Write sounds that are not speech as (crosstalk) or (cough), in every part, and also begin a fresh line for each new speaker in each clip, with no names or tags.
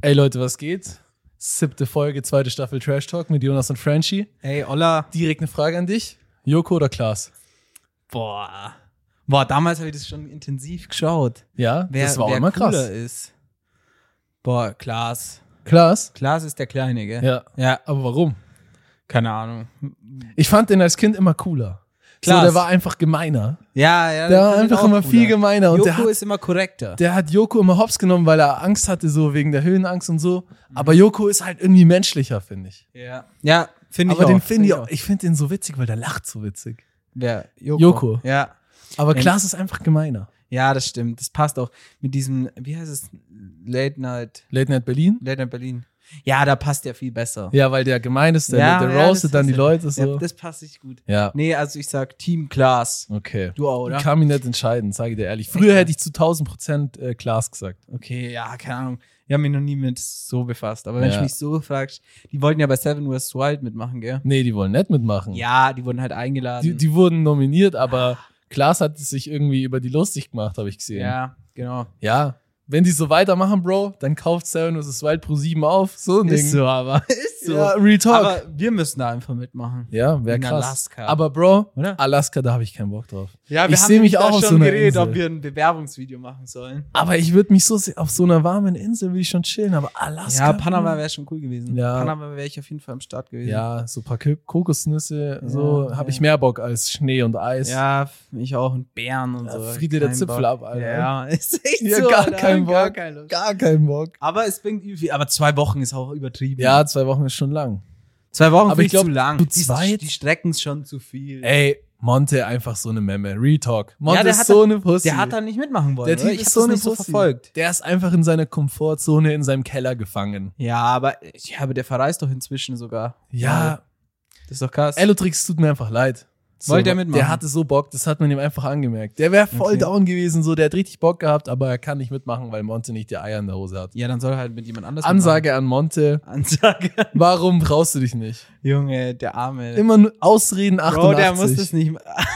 Ey Leute, was geht? Siebte Folge, zweite Staffel Trash Talk mit Jonas und Franchi.
Ey, Olla.
Direkt eine Frage an dich. Joko oder Klaas?
Boah. Boah, damals habe ich das schon intensiv geschaut.
Ja,
Wer,
das war auch
wer
immer krass.
cooler ist. Boah, Klaas.
Klaas?
Klaas ist der Kleine, gell?
Ja.
Ja,
Aber warum?
keine Ahnung.
Ich fand den als Kind immer cooler.
Klaas.
So, der war einfach gemeiner.
Ja,
Der
ja. das
war
ist
einfach
auch
immer
cooler.
viel gemeiner. Und der
Joko
hat,
ist immer korrekter.
der hat Joko immer hops genommen, weil er Angst hatte, so wegen der Höhenangst und so.
Mhm.
Aber Joko ist halt irgendwie menschlicher, finde ich.
ja, ja finde ich
Aber
auch.
den finde ich auch.
auch.
Ich finde den so witzig, weil der lacht so witzig.
Ja, Joko.
Joko.
Ja.
Aber
Wenn-
Klaas ist einfach gemeiner.
ja, das stimmt. Das passt auch mit diesem, wie heißt es? Late Night,
Late Night Berlin?
Late Night Berlin. Ja, da passt der viel besser.
Ja, weil der gemein ist, der, der
das
roastet dann die
ist er.
Leute so.
Ja, das passt nicht gut.
Ja,
Nee, also ich sag Team Klaas.
okay.
Du auch, oder?
Ich kann mich nicht entscheiden, sage ich dir ehrlich. Früher hätte ich zu 1000 Prozent äh, Klaas gesagt.
Okay, ja, keine Ahnung. Ich habe mich noch nie mit so befasst. Aber wenn
Ja.
ich mich so fragst, die wollten ja bei Seven West Wild mitmachen, gell?
Nee, die wollen nicht mitmachen.
Ja, die wurden halt eingeladen.
Mhm. Die, die wurden nominiert, aber Klaas hat sich irgendwie über die lustig gemacht, habe ich gesehen.
ja, genau.
Ja. Wenn die so weitermachen, Bro, dann kauft Seven vs. Wild Pro 7 auf. So ein Ding.
Ist so, aber. Ist so.
Ja, Real Talk.
aber wir müssen da einfach mitmachen.
ja, wäre
in
krass.
Alaska.
Aber Bro,
Oder?
Alaska, da habe ich keinen Bock drauf.
Ja,
wir Ich haben seh mich nämlich da auch auf schon so einer geredet, Insel. ob
ob wir ein Bewerbungsvideo machen sollen.
Aber ich würde mich so se- auf so einer warmen Insel will ich schon chillen, aber Alaska.
Ja, Panama wäre schon cool gewesen.
Ja.
Panama wäre ich auf jeden Fall am Start gewesen.
Ja, so ein paar Kö- Kokosnüsse,
Ja,
so habe
ja.
ich mehr Bock als Schnee und Eis.
Ja, ich auch und Bären und
Ja,
so.
friede der
Kein
Zipfel
Bock.
ab, Alter.
Ja, (laughs) ist echt
Ja,
so.
gar
Alter.
kein
Gar
Bock.
kein Lust.
Gar keinen Bock.
Aber es bringt übel. Aber zwei Wochen ist auch übertrieben.
Ja, zwei Wochen ist schon lang.
Zwei Wochen
Aber
finde
ich glaub,
zu lang.
zu
Die-
zweit-
Die, Strecken ist schon zu viel.
Ey, Monte einfach so eine Memme. Retalk. Monte
Ja, der
ist
hat
so
da-
eine Pussy.
Der hat da nicht mitmachen wollen.
Der Typ
oder? Ich
ist
hab
so
das
eine
nicht so
Pussy.
verfolgt.
Der ist einfach in seiner Komfortzone, in seinem Keller gefangen.
Ja, aber ich habe der verreist doch inzwischen sogar.
Ja,
Das ist doch krass.
Elotrix tut mir einfach leid. So,
Wollte er mitmachen?
Der hatte so Bock, das hat man ihm einfach angemerkt. Der wäre voll
Okay.
down gewesen, so der hat richtig Bock gehabt, aber er kann nicht mitmachen, weil Monte nicht die Eier in der Hose hat.
ja, dann soll er halt mit jemand anders.
Ansage an Monte,
Mitmachen. Ansage. (laughs)
warum traust du dich nicht?
Junge, der Arme.
(laughs) Immer nur Ausreden 88.
Bro, der muss das nicht.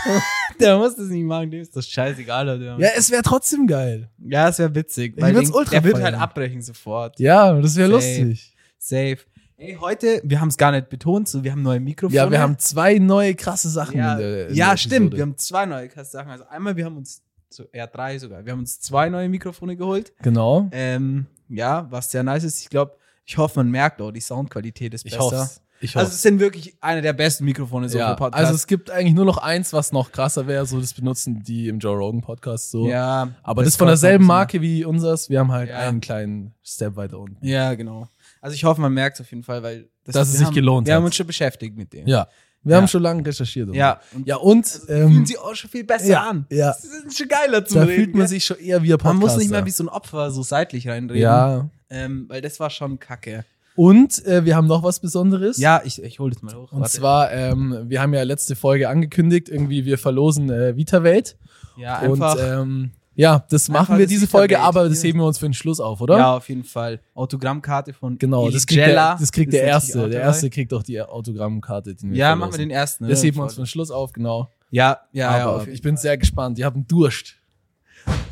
(laughs) der muss das nicht machen. Dem ist das scheißegal, Leute.
ja, es wäre trotzdem geil.
ja es wäre witzig.
Ich
Weil
würd's
den,
ultra
der wird
feiern.
halt abbrechen sofort.
Ja, das wäre
Safe.
lustig.
Safe. Ey, heute, wir haben es gar nicht betont, so, wir haben neue Mikrofone.
Ja, wir haben zwei neue krasse Sachen
ja,
in der in
ja
der
stimmt.
Episode.
Wir haben zwei neue Sachen. Also einmal, wir haben uns, so, ja, drei sogar. Wir haben uns zwei neue Mikrofone geholt.
Genau.
Ähm, ja, was sehr nice ist. Ich glaube, ich hoffe, man merkt auch, die Soundqualität ist
Ich
besser.
hoffe Ich
Also es sind wirklich eine der besten Mikrofone so
ja,
für Podcasts.
also es gibt eigentlich nur noch eins, was noch krasser wäre, so das benutzen die im Joe Rogan Podcast so.
ja,
Aber das, von derselben
kostet noch ein
Marke wie unseres, wir haben halt
Ja.
einen kleinen Step weiter unten.
bisschen mehr. Ja, genau. Also ich hoffe, man merkt es auf jeden Fall, weil das,
Dass es
wir
sich
haben,
gelohnt
Wir
hat.
haben uns schon beschäftigt mit dem.
Ja. Wir
Ja.
haben schon lange recherchiert. und
ja.
so.
Und
Ja, und
also,
ähm,
fühlen sie auch schon viel besser
ja,
an.
ja.
Das ist schon geiler zu
da
reden.
fühlt man
gell?
sich schon eher wie ein
Man
Podcaster.
muss nicht mehr wie so ein Opfer so seitlich reinreden.
Ja.
Ähm, weil das war schon kacke.
Und äh, wir haben noch was Besonderes.
Ja, ich, ich hole das mal hoch.
Und
Warte.
zwar, ähm, wir haben ja letzte Folge angekündigt, irgendwie wir verlosen äh, Vita-Welt.
ja,
Und
einfach.
ähm, ja, das
Einfach
machen wir
das
diese
Vita-Welt.
Folge, aber das
Ja.
heben wir uns für den Schluss auf, oder?
Ja, auf jeden Fall. Autogrammkarte von
Genau,
Eli
das kriegt,
Jella
der, das kriegt
ist
der
natürlich auch
Erste. Der
dabei.
Erste kriegt auch die Autogrammkarte. Den wir
Ja,
verlosen.
machen wir den ersten. ne?
Das heben wir uns für den Schluss auf, genau.
Ja, ja, ja.
aber
auf jeden
ich bin sehr gespannt. Ich habe einen Durst.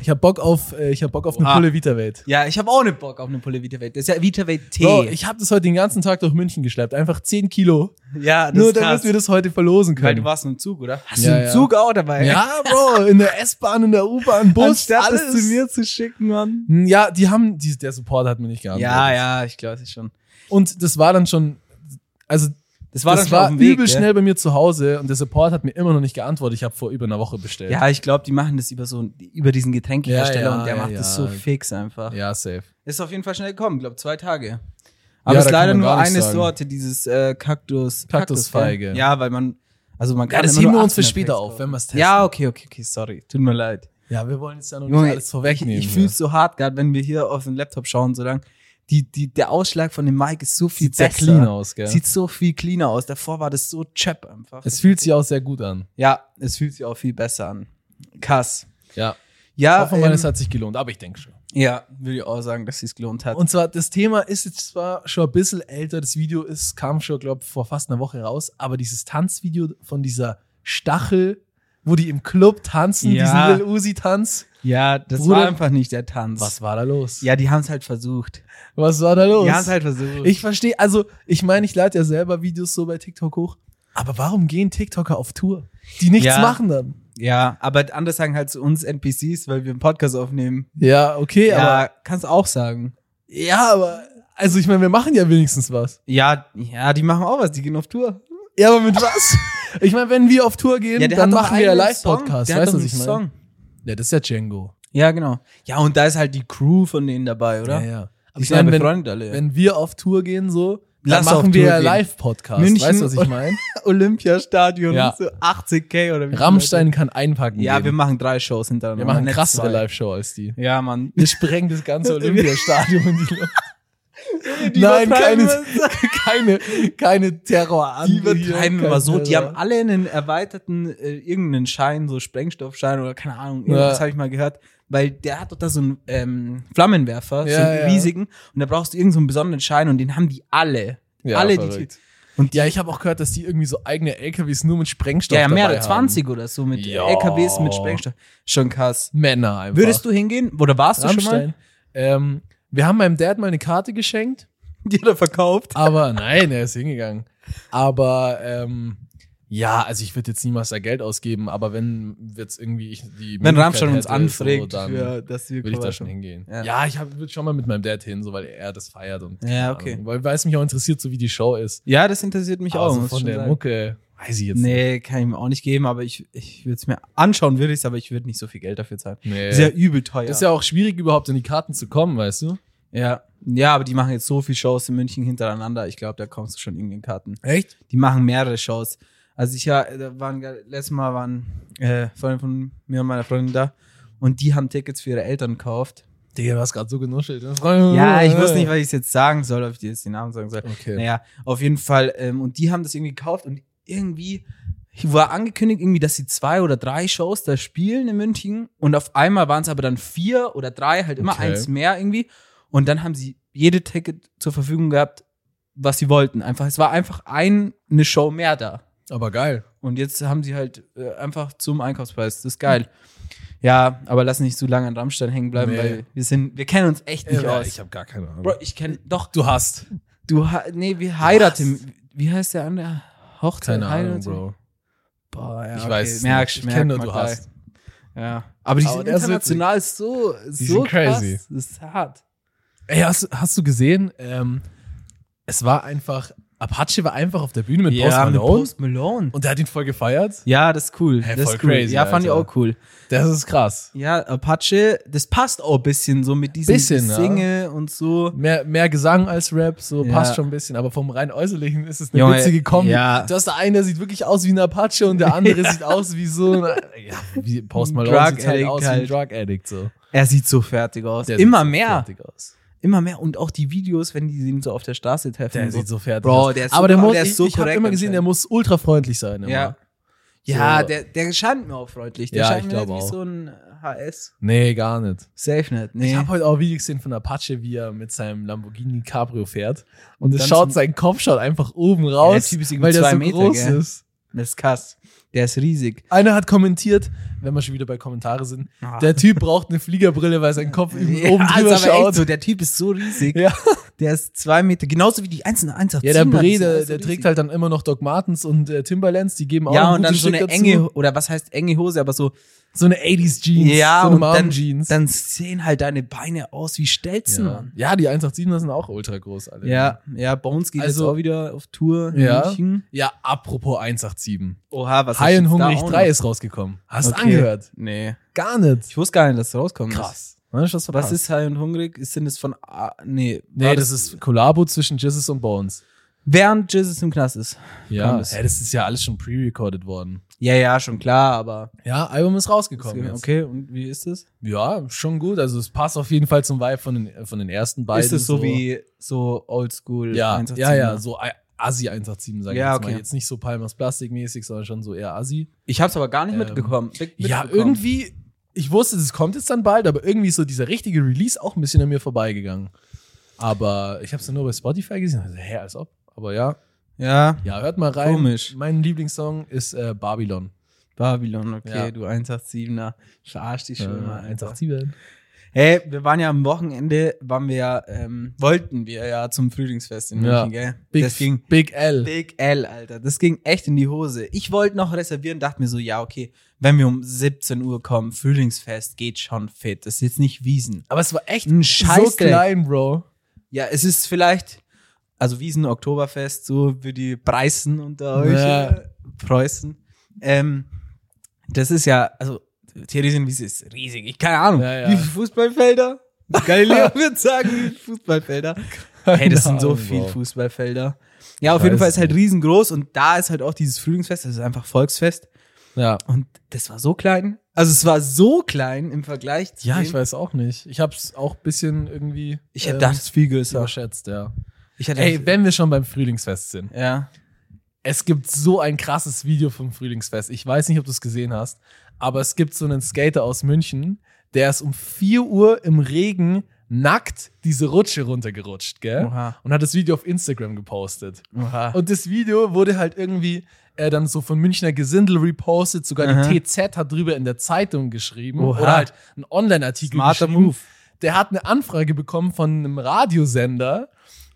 Ich habe Bock auf, äh, ich hab Bock auf eine
Oha.
coole Vita-Welt.
Fall. ja, ich habe auch ne Bock auf eine Pulle Vita Welt. Das ist ja Vita Welt Tee.
Bro, ich habe das heute den ganzen Tag durch München geschleppt. Einfach 10 Kilo.
ja, das
Nur
ist krass.
damit wir das heute verlosen
Weil du
können.
warst im Zug, oder? Hast
Ja,
du einen
ja.
Zug auch dabei?
Ja, Bro, in der S-Bahn, in der U-Bahn, Bus,
Anstatt
alles.
das zu mir zu schicken, Mann.
Hm, Ja, die haben, die, der Support hat mir nicht geantwortet.
Ja, ja, ich glaube es ist schon.
Und das war dann schon, also
Das war
das
dann schon
war
auf dem Weg,
übel
gell?
schnell bei mir zu Hause und der Support hat mir immer noch nicht geantwortet. Ich habe vor über einer Woche bestellt.
Ja, ich glaube, die machen das über so über diesen Getränkehersteller
Ja, ja,
und der
ja,
macht das
ja.
so fix einfach.
ja safe.
Ist auf jeden Fall schnell gekommen, glaube zwei Tage. Aber
Ja,
es
da
ist
kann
leider
man
nur
gar nicht
eine
sagen.
Sorte, dieses äh, Kaktus.
Kaktusfeige.
gell? Ja, weil man. Also man kann
Ja, das
immer
heben
nur
wir uns für
800
später
Packs
auf,
kaufen.
wenn wir's testen.
Ja, okay, okay, okay, sorry. Tut mir leid.
Ja, wir wollen jetzt ja noch
Junge,
nicht alles vorwegnehmen.
ich ich fühle es so hart, gerade wenn wir hier auf den Laptop schauen, so lang. Die, die, der Ausschlag von dem Mike ist so viel
Sieht sehr
besser.
clean aus, gell?
Sieht so viel cleaner aus. Davor war das so chap einfach.
es fühlt sich auch sehr gut an.
ja, es fühlt sich auch viel besser an. Krass.
Ja.
Ja, ähm,
Hoffen wir, es hat sich gelohnt, aber ich denke schon.
ja, will ich auch sagen, dass es gelohnt hat.
Und zwar, das Thema ist jetzt zwar schon ein bisschen älter, das Video ist, kam schon, glaube ich, vor fast einer Woche raus, aber dieses Tanzvideo von dieser Stachel, wo die im Club tanzen,
Ja.
diesen Lil Uzi-Tanz,
Ja, das
Bruder.
war einfach nicht der Tanz.
Was war da los?
Ja, die haben es halt versucht.
Was war da los?
Die haben es halt versucht.
Ich verstehe, also ich meine, ich lade ja selber Videos so bei TikTok hoch. Aber warum gehen TikToker auf Tour, die nichts
Ja.
machen dann?
ja, aber andere sagen halt zu uns NPCs, weil wir einen Podcast aufnehmen.
Ja, okay, aber
Ja, kannst auch sagen.
ja, aber also ich meine, wir machen ja wenigstens was.
Ja, ja, die machen auch was, die gehen auf Tour.
Ja, aber mit
(laughs)
was? ich meine, wenn wir auf Tour gehen,
Ja, der
dann
hat doch
machen wir ja
einen
Live-Podcast.
Song. Der hat
Weißt du,
doch
was ich
einen
meine?
Song.
Ja, das ist ja Django,
Ja, genau. Ja, und da ist halt die Crew von denen dabei, oder?
Ja, ja.
Die
Aber ich
sind ja
meine, wenn,
befreundet alle.
wenn wir auf Tour gehen, so, dann
Lass auf
machen wir
Tour
ja
gehen.
Live-Podcast.
München
Weißt du, was ich
und- (laughs)
meine?
(laughs) Olympiastadion,
Ja.
so 80k oder wie. viele
Rammstein kann einpacken.
Leute. Ja, wir
gehen.
machen drei Shows hintereinander.
wir machen
nicht
krassere
zwei.
Live-Show als die.
Ja, Mann.
Wir sprengen das
(laughs)
ganze Olympiastadion in die Luft.
Die
Nein,
übertreiben
keine, keine, keine Terror
Die übertreiben immer so. Die haben
alle
alle einen erweiterten, äh, irgendeinen Schein, so Sprengstoffschein oder keine Ahnung, irgendwas
Ja.
habe ich mal gehört. Weil der hat doch da so einen ähm, Flammenwerfer, so
Ja,
einen
ja.
riesigen. Und da brauchst du irgendeinen so einen besonderen Schein und den haben die alle.
Ja,
alle, die.
verrückt.
Und die,
Ja, ich habe auch gehört, dass die irgendwie so eigene LKWs nur mit Sprengstoff
ja, ja, mehrere,
dabei
20 oder so mit äh,
Ja.
LKWs mit Sprengstoff. Schon krass.
haben. Männer einfach.
Würdest du hingehen? Oder warst du schon
Rammstein? Ähm, wir haben meinem Dad mal eine Karte geschenkt,
mal? (laughs) Die hat er verkauft.
aber nein, er ist hingegangen. Aber ähm, ja, also ich würde jetzt niemals da Geld ausgeben, aber wenn jetzt irgendwie ich die
Wenn
Möglichkeit
Rammstein uns
hätte,
anfragt,
so, dann
für, dass wir
würde ich da
quatschen.
schon hingehen.
Ja.
Ja, ich würde schon mal mit meinem Dad hin, so weil er das feiert und
Ja, okay.
Weil, weil es mich auch interessiert, so wie die Show ist.
Ja, das interessiert mich
Aber
auch.
so
muss
von
schon
der
sagen.
Mucke weiß ich jetzt nicht.
Nee, kann ich mir auch nicht geben, aber ich, ich würde es mir anschauen, würde ich es, aber ich würde nicht so viel Geld dafür zahlen.
Nee.
Ist ja übel teuer.
Ist ja auch schwierig, überhaupt in die Karten zu kommen, weißt du?
ja. ja, aber die machen jetzt so viele Shows in München hintereinander. Ich glaube, da kommst du schon irgendwie in Karten.
Echt?
Die machen mehrere Shows. Also ich ja, da waren letztes Mal waren äh, Freunde von mir und meiner Freundin da und die haben Tickets für ihre Eltern gekauft.
Digga, du hast gerade so genuschelt. ne?
Ja, ich wusste nicht, was ich jetzt sagen soll, ob ich dir jetzt den Namen sagen soll.
Okay.
Naja, auf jeden Fall. Ähm, und die haben das irgendwie gekauft und irgendwie war angekündigt, irgendwie, dass sie zwei oder drei Shows da spielen in München. Und auf einmal waren es aber dann vier oder drei, halt immer
Okay.
eins mehr irgendwie. Und dann haben sie jede Ticket zur Verfügung gehabt, was sie wollten. Einfach, es war einfach ein, eine Show mehr da.
Aber geil.
Und jetzt haben sie halt äh, einfach zum Einkaufspreis. Das ist geil. Ja, aber lass nicht zu lange an Rammstein hängen bleiben,
Nee.
weil wir sind, wir kennen uns echt nicht aus.
habe gar keine Ahnung.
Bro, ich kenne doch
du hast.
Du, ha- nee, wir heiraten. Wie heißt der andere? Hochzeit?
Keine Ahnung,
heiraten?
Bro.
Boah, ja,
Ich
okay.
weiß es
Merkst,
nicht. Ich
merkst,
kenn nur,
merkt
du
man
hast.
gleich. Ja. Aber die
Aber
sind
der ist
international so, so
sind crazy.
krass. Das ist hart.
Ey, hast, hast du gesehen? Ähm, es war einfach, Apache war einfach auf der Bühne mit Post
mit
Malone
Post Malone.
und der hat ihn voll gefeiert.
Ja, das ist cool.
Hä,
das
voll
ist cool.
crazy,
ja, fand ich
Alter.
auch cool.
Das ist krass.
Ja, Apache, das passt auch ein bisschen so mit diesem
Bisschen, ja.
Singe und so.
Mehr, mehr Gesang als Rap, so
Ja.
passt schon ein bisschen, aber vom rein äußerlichen ist es eine
Junge,
witzige Kombi.
ja.
Du hast da einen, der sieht wirklich aus wie ein Apache und
(laughs)
der andere sieht aus wie so ein, ja, wie Post Malone
Drug
sieht halt
Addict
aus wie ein
halt.
Drug Addict, so.
Er sieht so fertig aus.
Der
immer
sieht so
mehr.
fertig aus.
Immer mehr. Und auch die Videos, wenn die ihn so auf der Straße treffen.
Der
und so.
sieht so fertig
Bro,
aus.
der ist
aber
so-
der,
aber
muss,
der ist so
ich, ich habe
korrekt
immer gesehen, der
anscheinend.
muss ultra freundlich sein. Immer.
Ja.
Ja,
Ja, der, der scheint mir auch freundlich. Der
ne, Ja,
scheint
ich
mir nicht
glaube
wie
auch.
so ein HS.
Nee, gar nicht.
Safe nicht,
Ich
nee.
habe heute auch Video gesehen von Apache, wie er mit seinem Lamborghini Cabrio fährt. Und es
dann
schaut,
zum-
sein Kopf schaut einfach oben raus,
Typ ist irgendwie
weil der
zwei
so
Meter,
groß
gell?
ist.
Das ist krass. Der ist riesig.
Einer hat kommentiert, wenn wir schon wieder bei Kommentare sind,
Ah.
der Typ braucht eine Fliegerbrille, weil sein
(laughs)
Kopf ihm
(laughs) Ja,
oben
ist
drüber
aber
schaut.
Echt so, der Typ ist so riesig.
Ja.
(laughs) Der ist zwei Meter. Genauso wie die einzelnen Einsätze.
ja, der Bre, der, der trägt halt dann immer noch Doc Martens und äh, Timberlands, die geben auch
Ja,
ein
und dann
gutes
so
Stück
eine
dazu.
enge, oder was heißt enge Hose, aber so.
so eine 80s Jeans, so eine
und dann,
Mom-Jeans.
dann sehen halt deine Beine aus wie Stelzen,
Ja.
Mann.
ja, die 187er sind auch ultra groß, alle.
Ja, ja, Bones geht
Also-
jetzt auch wieder auf Tour. in
Ja.
München.
Ja, apropos 187.
Oha, was
High
ist
und
jetzt da
Hungrig
auch
3
noch?
ist rausgekommen. Hast du
Okay.
angehört?
Nee.
Gar nicht.
Ich wusste gar nicht, dass das rauskommt.
Krass. Dann hast du Was
Was
verpasst.
ist High und Hungrig? Ist denn das von. A nee.
Nee, das ist Kollabo zwischen Jesus und Bones.
Während Jesus im Knast ist.
Ja,
Kam
das.
das.
das ist ja alles schon pre-recorded worden.
Ja, ja, schon klar, aber.
Ja, Album ist rausgekommen. Jetzt.
okay, und wie ist das?
Ja, schon gut. Also es passt auf jeden Fall zum Vibe von den, äh, von den ersten beiden.
ist es so, wie so Oldschool?
Ja,
187er?
ja, ja, so A- Assi 187, sage ich
Ja,
jetzt mal.
okay.
Jetzt nicht so Palmas Plastikmäßig, sondern schon so eher Assi.
Ich hab's aber gar nicht
Ähm,
mitbekommen. Mit-
Ja,
mitbekommen.
irgendwie, ich wusste, es kommt jetzt dann bald, aber irgendwie ist so dieser richtige Release auch ein bisschen an mir vorbeigegangen. Aber ich habe es nur bei Spotify gesehen. Also, hä, als ob. Aber ja,
Ja.
ja, hört mal rein.
Komisch.
Mein Lieblingssong ist äh, Babylon.
Babylon, okay,
Ja.
du 187er. Verarscht dich schon mal. einfach.
187.
Hey, wir waren ja am Wochenende, waren wir ja, ähm, wollten wir ja zum Frühlingsfest in
Ja.
München, gell?
Big,
das ging
Big L.
Big L, Alter. Das ging echt in die Hose. Ich wollte noch reservieren, dachte mir so, ja, okay, wenn wir um 17 Uhr kommen, Frühlingsfest geht schon fit. Das ist jetzt nicht Wiesen.
Aber es war echt
Ein
so
Scheißdreck.
klein, Bro.
Ja, es ist vielleicht, also Wiesen, Oktoberfest, so für die Preisen unter euch,
Ja.
äh, Preußen. Ähm, das ist ja, also Theresienwiese ist riesig. Ich keine Ahnung,
Ja, ja.
wie viele Fußballfelder? Galileo (laughs) wird sagen, wie viele Fußballfelder. Hey,
(laughs)
das sind so
Ahnung,
viel
Bro.
Fußballfelder. Ja, auf jeden
Weiß
Fall ist halt riesengroß und da ist halt auch dieses Frühlingsfest, das ist einfach Volksfest.
Ja.
Und das war so klein. Also es war so klein im Vergleich zu
ja,
dem-
ich weiß auch nicht. Ich hab's auch ein bisschen irgendwie
Ich hätte
ähm,
gedacht, es ist viel größer.
überschätzt, ja.
Ich hätte
Ey, wenn wir schon beim Frühlingsfest sind.
ja.
Es gibt so ein krasses Video vom Frühlingsfest. Ich weiß nicht, ob du es gesehen hast, aber es gibt so einen Skater aus München, der ist um 4 Uhr im Regen nackt diese Rutsche runtergerutscht, gell?
Oha.
Und hat das Video auf Instagram gepostet.
Oha.
Und das Video wurde halt irgendwie äh, dann so von Münchner Gesindel repostet, sogar
Aha.
die TZ hat drüber in der Zeitung geschrieben
Oha.
oder halt einen Online-Artikel
Smarter
geschrieben.
Move.
Der hat eine Anfrage bekommen von einem Radiosender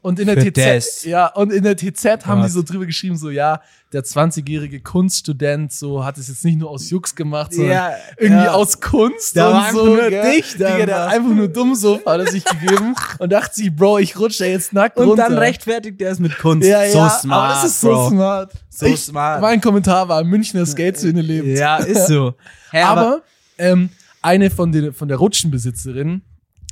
und in der
Für
TZ
das.
ja und in der TZ haben die
Gott.
so drüber geschrieben so ja, der 20-jährige Kunststudent so hat es jetzt nicht nur aus Jux gemacht, sondern
Ja,
irgendwie
ja.
aus Kunst
Da war
und
einfach
so.
nur
gell?
dich da,
Digga, der hat
Mann.
einfach nur dumm so hat er sich gegeben und dachte sich, Bro, ich rutsche da jetzt nackt
Und
runter.
dann rechtfertigt er es mit Kunst.
Ja,
so
ja,
smart.
aber das ist so
Bro.
smart.
So smart.
Mein Kommentar war, Münchner Skate-Szene lebt.
Ja, ist
(laughs)
so. Hä,
aber ähm, eine von, den, von der Rutschenbesitzerin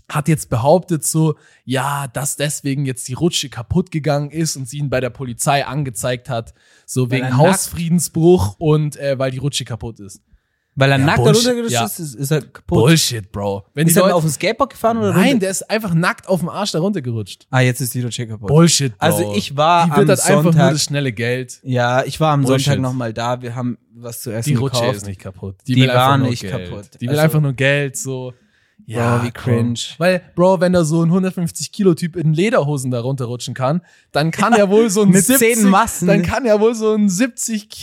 hat jetzt behauptet so, ja, dass deswegen jetzt die Rutsche kaputt gegangen ist und sie ihn bei der Polizei angezeigt hat, so
Weil
wegen
er nackt-
Hausfriedensbruch und äh, weil die Rutsche kaputt ist.
weil er
Ja,
nackt
Bullshit.
darunter gerutscht
Ja.
ist, ist, ist er kaputt.
Bullshit, Bro. Wenn
Ist
die
er
Leute,
auf dem Skateboard gefahren oder
nein,
runter?
der ist einfach nackt auf dem Arsch da runtergerutscht.
Ah, jetzt ist die Rutsche kaputt.
Bullshit, Bro.
Also ich war
die wird
am
halt einfach nur
Sonntag-
das schnelle Geld.
Ja, ich war am
Bullshit.
Sonntag nochmal da. Wir haben was zu essen
Die Rutsche
gekauft.
ist nicht kaputt.
Die
will einfach
war
nur
nicht
Geld.
kaputt.
Die will
Also-
einfach nur Geld, so.
wie
komm.
cringe.
Weil, Bro, wenn da so ein 150-Kilo-Typ in Lederhosen da runterrutschen kann, dann
(laughs)
kann ja wohl so ein
Mit zehn
70,
Massen.
dann kann ja wohl so ein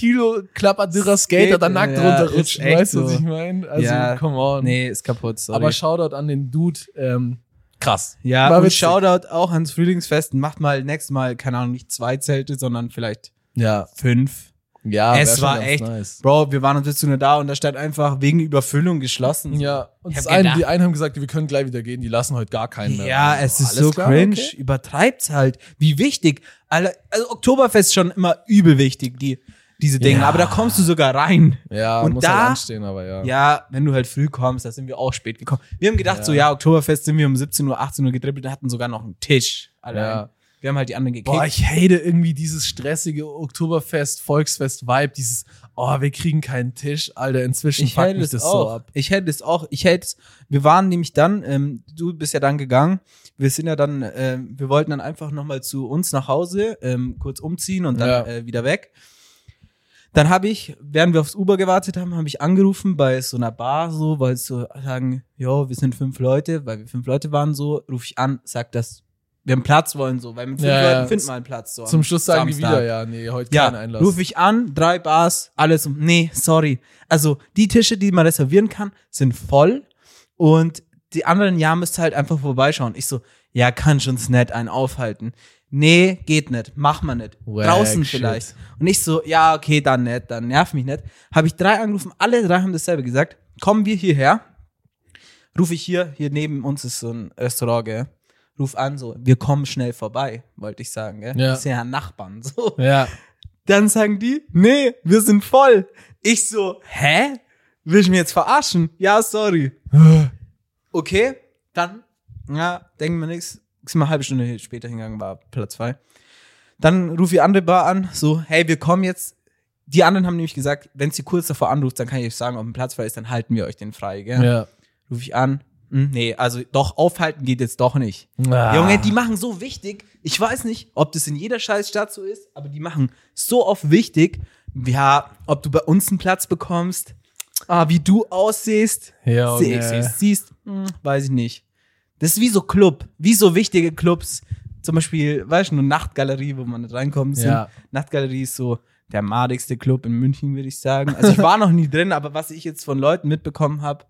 70-Kilo-klapperdürrer Skater
Skate-
da nackt
ja,
runterrutschen.
ist echt
Weißt du, was
so.
ich meine? Also,
Ja,
come on.
Nee, ist kaputt, sorry.
Aber Shoutout an den Dude, ähm, krass.
ja,
War
und
witzig.
Shoutout auch ans Frühlingsfest. Macht mal nächstes Mal, keine Ahnung, nicht zwei Zelte, sondern vielleicht
Ja,
fünf.
ja, wär
es
schon
war
ganz
echt,
Nice.
Bro, wir waren um 17 Uhr da und da stand einfach wegen Überfüllung geschlossen.
Ja, und
Ich hab
das einen,
gedacht-
die einen haben gesagt, wir können gleich wieder gehen, die lassen heute gar keinen mehr.
Ja,
Also,
es ist
alles
so
klar,
cringe.
okay.
Übertreibt's halt. Wie wichtig. Alle, also Oktoberfest ist schon immer übel wichtig, die, diese Dinge.
Ja.
Aber da kommst du sogar rein.
Ja,
Und
muss
da-
halt anstehen, aber ja.
Ja, wenn du halt früh kommst, da sind wir auch spät gekommen. Wir haben gedacht, so ja, Oktoberfest sind wir um 17 Uhr, 18 Uhr gedribbelt und hatten sogar noch einen Tisch. Allein.
Ja.
Wir haben halt die anderen gekickt.
Boah, ich hate irgendwie dieses stressige Oktoberfest, Volksfest-Vibe, dieses, oh, wir kriegen keinen Tisch, Alter, inzwischen
ich
fuckt
hätte
mich
es
das
auch.
so ab.
Ich hätte es auch. Ich hätte es. Wir waren nämlich dann, ähm, du bist ja dann gegangen. Wir sind ja dann, ähm, wir wollten dann einfach nochmal zu uns nach Hause, ähm, kurz umziehen und dann
Ja.
äh, wieder weg. Dann habe ich, während wir aufs Uber gewartet haben, habe ich angerufen bei so einer Bar, so, weil sie so sagen, jo, wir sind fünf Leute, weil wir fünf Leute waren, so, rufe ich an, sag das, wir einen Platz wollen, so, weil mit fünf
Ja,
Leuten
ja.
finden wir einen Platz, so.
Zum
am
Schluss sagen die
Samstag.
wieder, ja, nee, heute
Ja,
keinen Einlass.
rufe ich an, drei Bars, alles um. Nee, sorry. Also die Tische, die man reservieren kann, sind voll und die anderen, ja, müsst ihr halt einfach vorbeischauen. Ich so, ja, kannst uns nicht einen aufhalten. Nee, geht nicht, mach man nicht.
Wack
Draußen
shit.
vielleicht. Und ich so, ja, okay, dann nicht, dann nerv mich nicht. Habe ich drei angerufen, alle drei haben dasselbe gesagt. Kommen wir hierher, rufe ich hier, hier neben uns ist so ein Restaurant, gell? Ruf an, so, wir kommen schnell vorbei, wollte ich sagen, gell?
Ja.
Das sind ja Nachbarn, so.
Ja,
Dann sagen die, nee, wir sind voll. Ich so, hä? Willst du mir jetzt verarschen? Ja, sorry. Okay, dann, ja, denken wir nichts. Ist mal eine halbe Stunde später hingegangen, war Platz zwei. Dann rufe ich andere Bar an, so, hey, wir kommen jetzt. Die anderen haben nämlich gesagt, wenn sie kurz davor anruft, dann kann ich euch sagen, ob ein Platz frei ist, dann halten wir euch den frei, gell?
ja.
Rufe ich an, hm, nee, also doch, aufhalten geht jetzt doch nicht.
Ah.
Junge, die machen so wichtig. Ich weiß nicht, ob das in jeder Scheißstadt so ist, aber die machen so oft wichtig. Ja, ob du bei uns einen Platz bekommst, ah, wie du aussiehst,
Ja,
sie-
Junge.
siehst, siehst hm, weiß ich nicht. Das ist wie so Club, wie so wichtige Clubs. Zum Beispiel, weißt du, eine Nachtgalerie, wo man nicht reinkommt.
Ja.
Nachtgalerie ist so, der madigste Club in München, würde ich sagen. Also ich war noch nie drin, aber was ich jetzt von Leuten mitbekommen habe,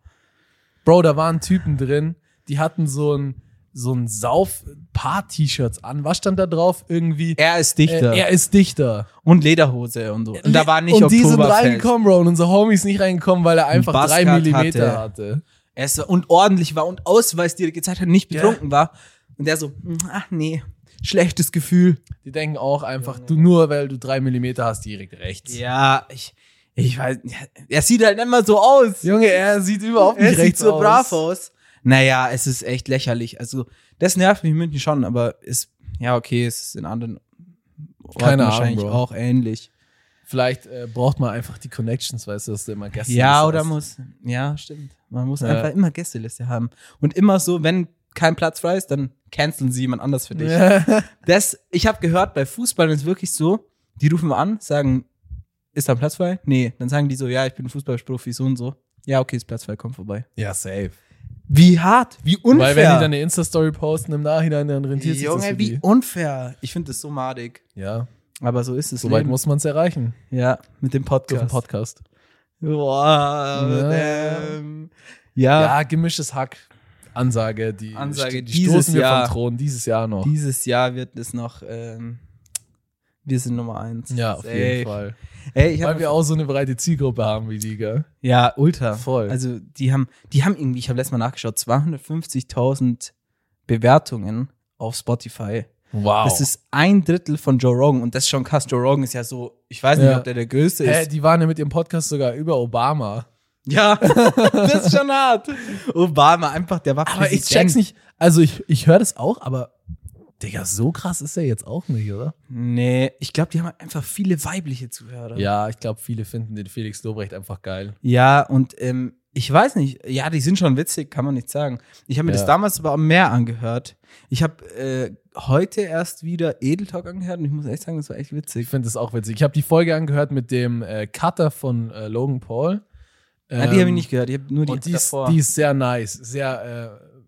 Bro, da waren Typen drin, die hatten so ein, so ein Sauf-Paar-T-Shirts an. Was stand da drauf? Irgendwie,
er ist
äh,
Dichter
er ist Dichter.
und Lederhose und so. Und da war nicht
Und die sind
Oktoberfest.
reingekommen, Bro. Und unser Homie ist nicht reingekommen, weil er einfach drei
Buzzcut
Millimeter
hatte.
hatte.
Er ist so- und ordentlich war und Ausweis dir gezeigt hat, nicht betrunken war. Und der so, "Mm, ach nee, schlechtes Gefühl.
Die denken auch einfach, du nur, weil du drei Millimeter hast, direkt rechts.
Ja, ich, ich weiß, ja, er sieht halt immer so aus.
Junge, er sieht überhaupt nicht
er sieht
rechts
so
aus.
brav aus. Naja, es ist echt lächerlich. Also, das nervt mich in München schon, aber ist, ja, okay, es ist in anderen Orten
Keine Ahnung,
wahrscheinlich
Bro.
auch ähnlich.
Vielleicht äh, braucht man einfach die Connections, weißt du, dass du immer Gäste
Ja,
hast.
oder muss, ja, stimmt. Man muss
Ja.
einfach immer Gästeliste haben. Und immer so, wenn kein Platz frei ist, dann canceln sie jemand anders für dich. Das, ich habe gehört, bei Fußball ist wirklich so, die rufen an, sagen, ist da ein Platz frei? Nee. Dann sagen die so, ja, ich bin Fußballprofi, so und so. Ja, okay, ist Platz frei, komm vorbei.
(laughs) ja, safe.
Wie hart, wie unfair.
Weil wenn die dann eine Insta-Story posten im Nachhinein, dann rentiert sich das für
Junge, wie
die.
unfair. Ich finde das so madig.
Ja,
Aber so ist es.
so weit
Leben.
muss man es erreichen
Ja, mit dem Podcast.
durch einen Podcast.
Boah,
Ja.
ähm, ja.
Ja, gemischtes Hack. Ansage, die,
Ansage
die
dieses
stoßen wir
Jahr.
vom Thron dieses Jahr noch.
Dieses Jahr wird es noch, ähm, wir sind Nummer eins.
ja, auf
Safe.
jeden Fall.
Ey, ich hab
Weil wir auch so eine breite Zielgruppe haben wie die, gell?
Ja, ultra.
Voll.
Also die haben, die haben irgendwie, ich habe letztes Mal nachgeschaut, 250.000 Bewertungen auf Spotify.
Wow.
Das ist ein Drittel von Joe Rogan und das ist schon krass. Joe Rogan ist ja so, ich weiß nicht,
Ja.
ob der der Größte
Hä,
ist.
die waren ja mit ihrem Podcast sogar über Obama. (laughs)
Ja, das ist schon hart. Obama einfach, der war
Aber ich
Präsident.
check's nicht. Also ich, ich höre das auch, aber Digga, so krass ist er jetzt auch nicht, oder?
Nee, ich glaube, die haben einfach viele weibliche Zuhörer.
Ja, ich glaube, viele finden den Felix Lobrecht einfach geil.
Ja, und ähm, ich weiß nicht, ja, die sind schon witzig, kann man nicht sagen. Ich habe mir
Ja.
das damals aber mehr angehört. Ich habe äh, heute erst wieder Edeltalk angehört und ich muss echt sagen, das war echt
Ich
witzig.
finde das auch witzig. Ich habe die Folge angehört mit dem äh, Cutter von äh, Logan Paul.
Ja, Ah, die habe ich nicht gehört, ich habe nur die,
Ähm, Und die ist,
davor.
die ist sehr nice, sehr äh,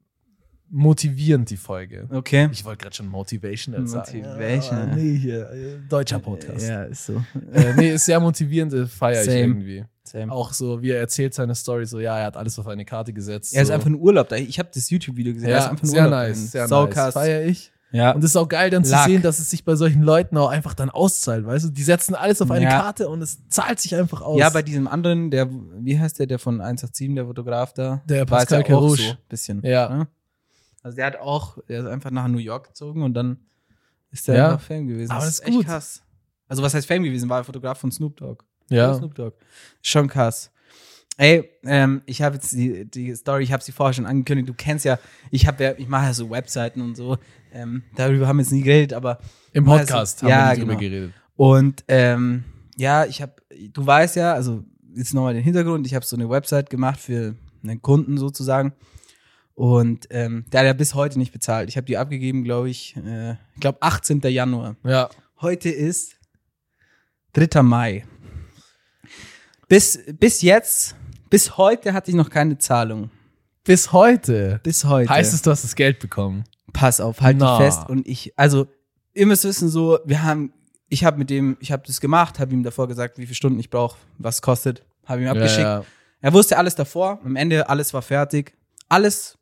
motivierend, die Folge.
okay.
Ich wollte gerade schon Motivational sagen.
Motivational.
Ja, nee, hier, äh, deutscher Podcast.
Ja, ist so.
Äh, nee, ist sehr motivierende, feiere ich
Same.
irgendwie.
Same.
Auch so, wie er erzählt seine Story, so, ja, er hat alles auf eine Karte gesetzt.
Er ist
so.
einfach in Urlaub da. Ich habe das YouTube-Video gesehen. er ist
ja,
einfach in
sehr
Urlaub
nice,
dahin.
sehr
Sau
nice.
krass.
Feier ich.
Ja.
Und es ist auch geil, dann
Luck.
zu sehen, dass es sich bei solchen Leuten auch einfach dann auszahlt, weißt du? Die setzen alles auf eine
Ja.
Karte und es zahlt sich einfach aus.
ja, bei diesem anderen, der, wie heißt der, der von 187, der Fotograf da?
Der
war es
Pascal
ja auch
Carouche.
so ein bisschen.
Ja.
ne? Also der hat auch, der ist einfach nach New York gezogen und dann ist der
Ja.
einfach Fan gewesen.
Aber das ist
echt
gut.
krass. Also was heißt Fan gewesen? War er Fotograf von Snoop Dogg. Von
ja.
Snoop Dogg. Schon krass. Ey, ähm, ich habe jetzt die, die Story, ich habe sie vorher schon angekündigt. Du kennst ja, ich habe ja, ich mache ja so Webseiten und so. Ähm, darüber haben wir jetzt nie geredet, aber
im Podcast
Also, ja,
haben wir nicht drüber
genau.
geredet.
und ähm, ja, ich habe, du weißt ja, also jetzt nochmal den Hintergrund, ich habe so eine Website gemacht für einen Kunden sozusagen. Und ähm, der hat ja bis heute nicht bezahlt. Ich habe die abgegeben, glaube ich, äh, ich glaube 18. Januar.
Ja.
Heute ist 3. Mai. Bis, bis jetzt, bis heute hatte ich noch keine Zahlung.
Bis heute
Bis heute.
heißt es, du hast das Geld bekommen.
pass auf, halt
Na.
dich fest und ich, also ihr müsst wissen so, wir haben, ich habe mit dem, ich habe das gemacht, habe ihm davor gesagt, wie viele Stunden ich brauche, was kostet, habe ihm abgeschickt.
Ja, ja.
Er wusste alles davor, am Ende alles war fertig, alles,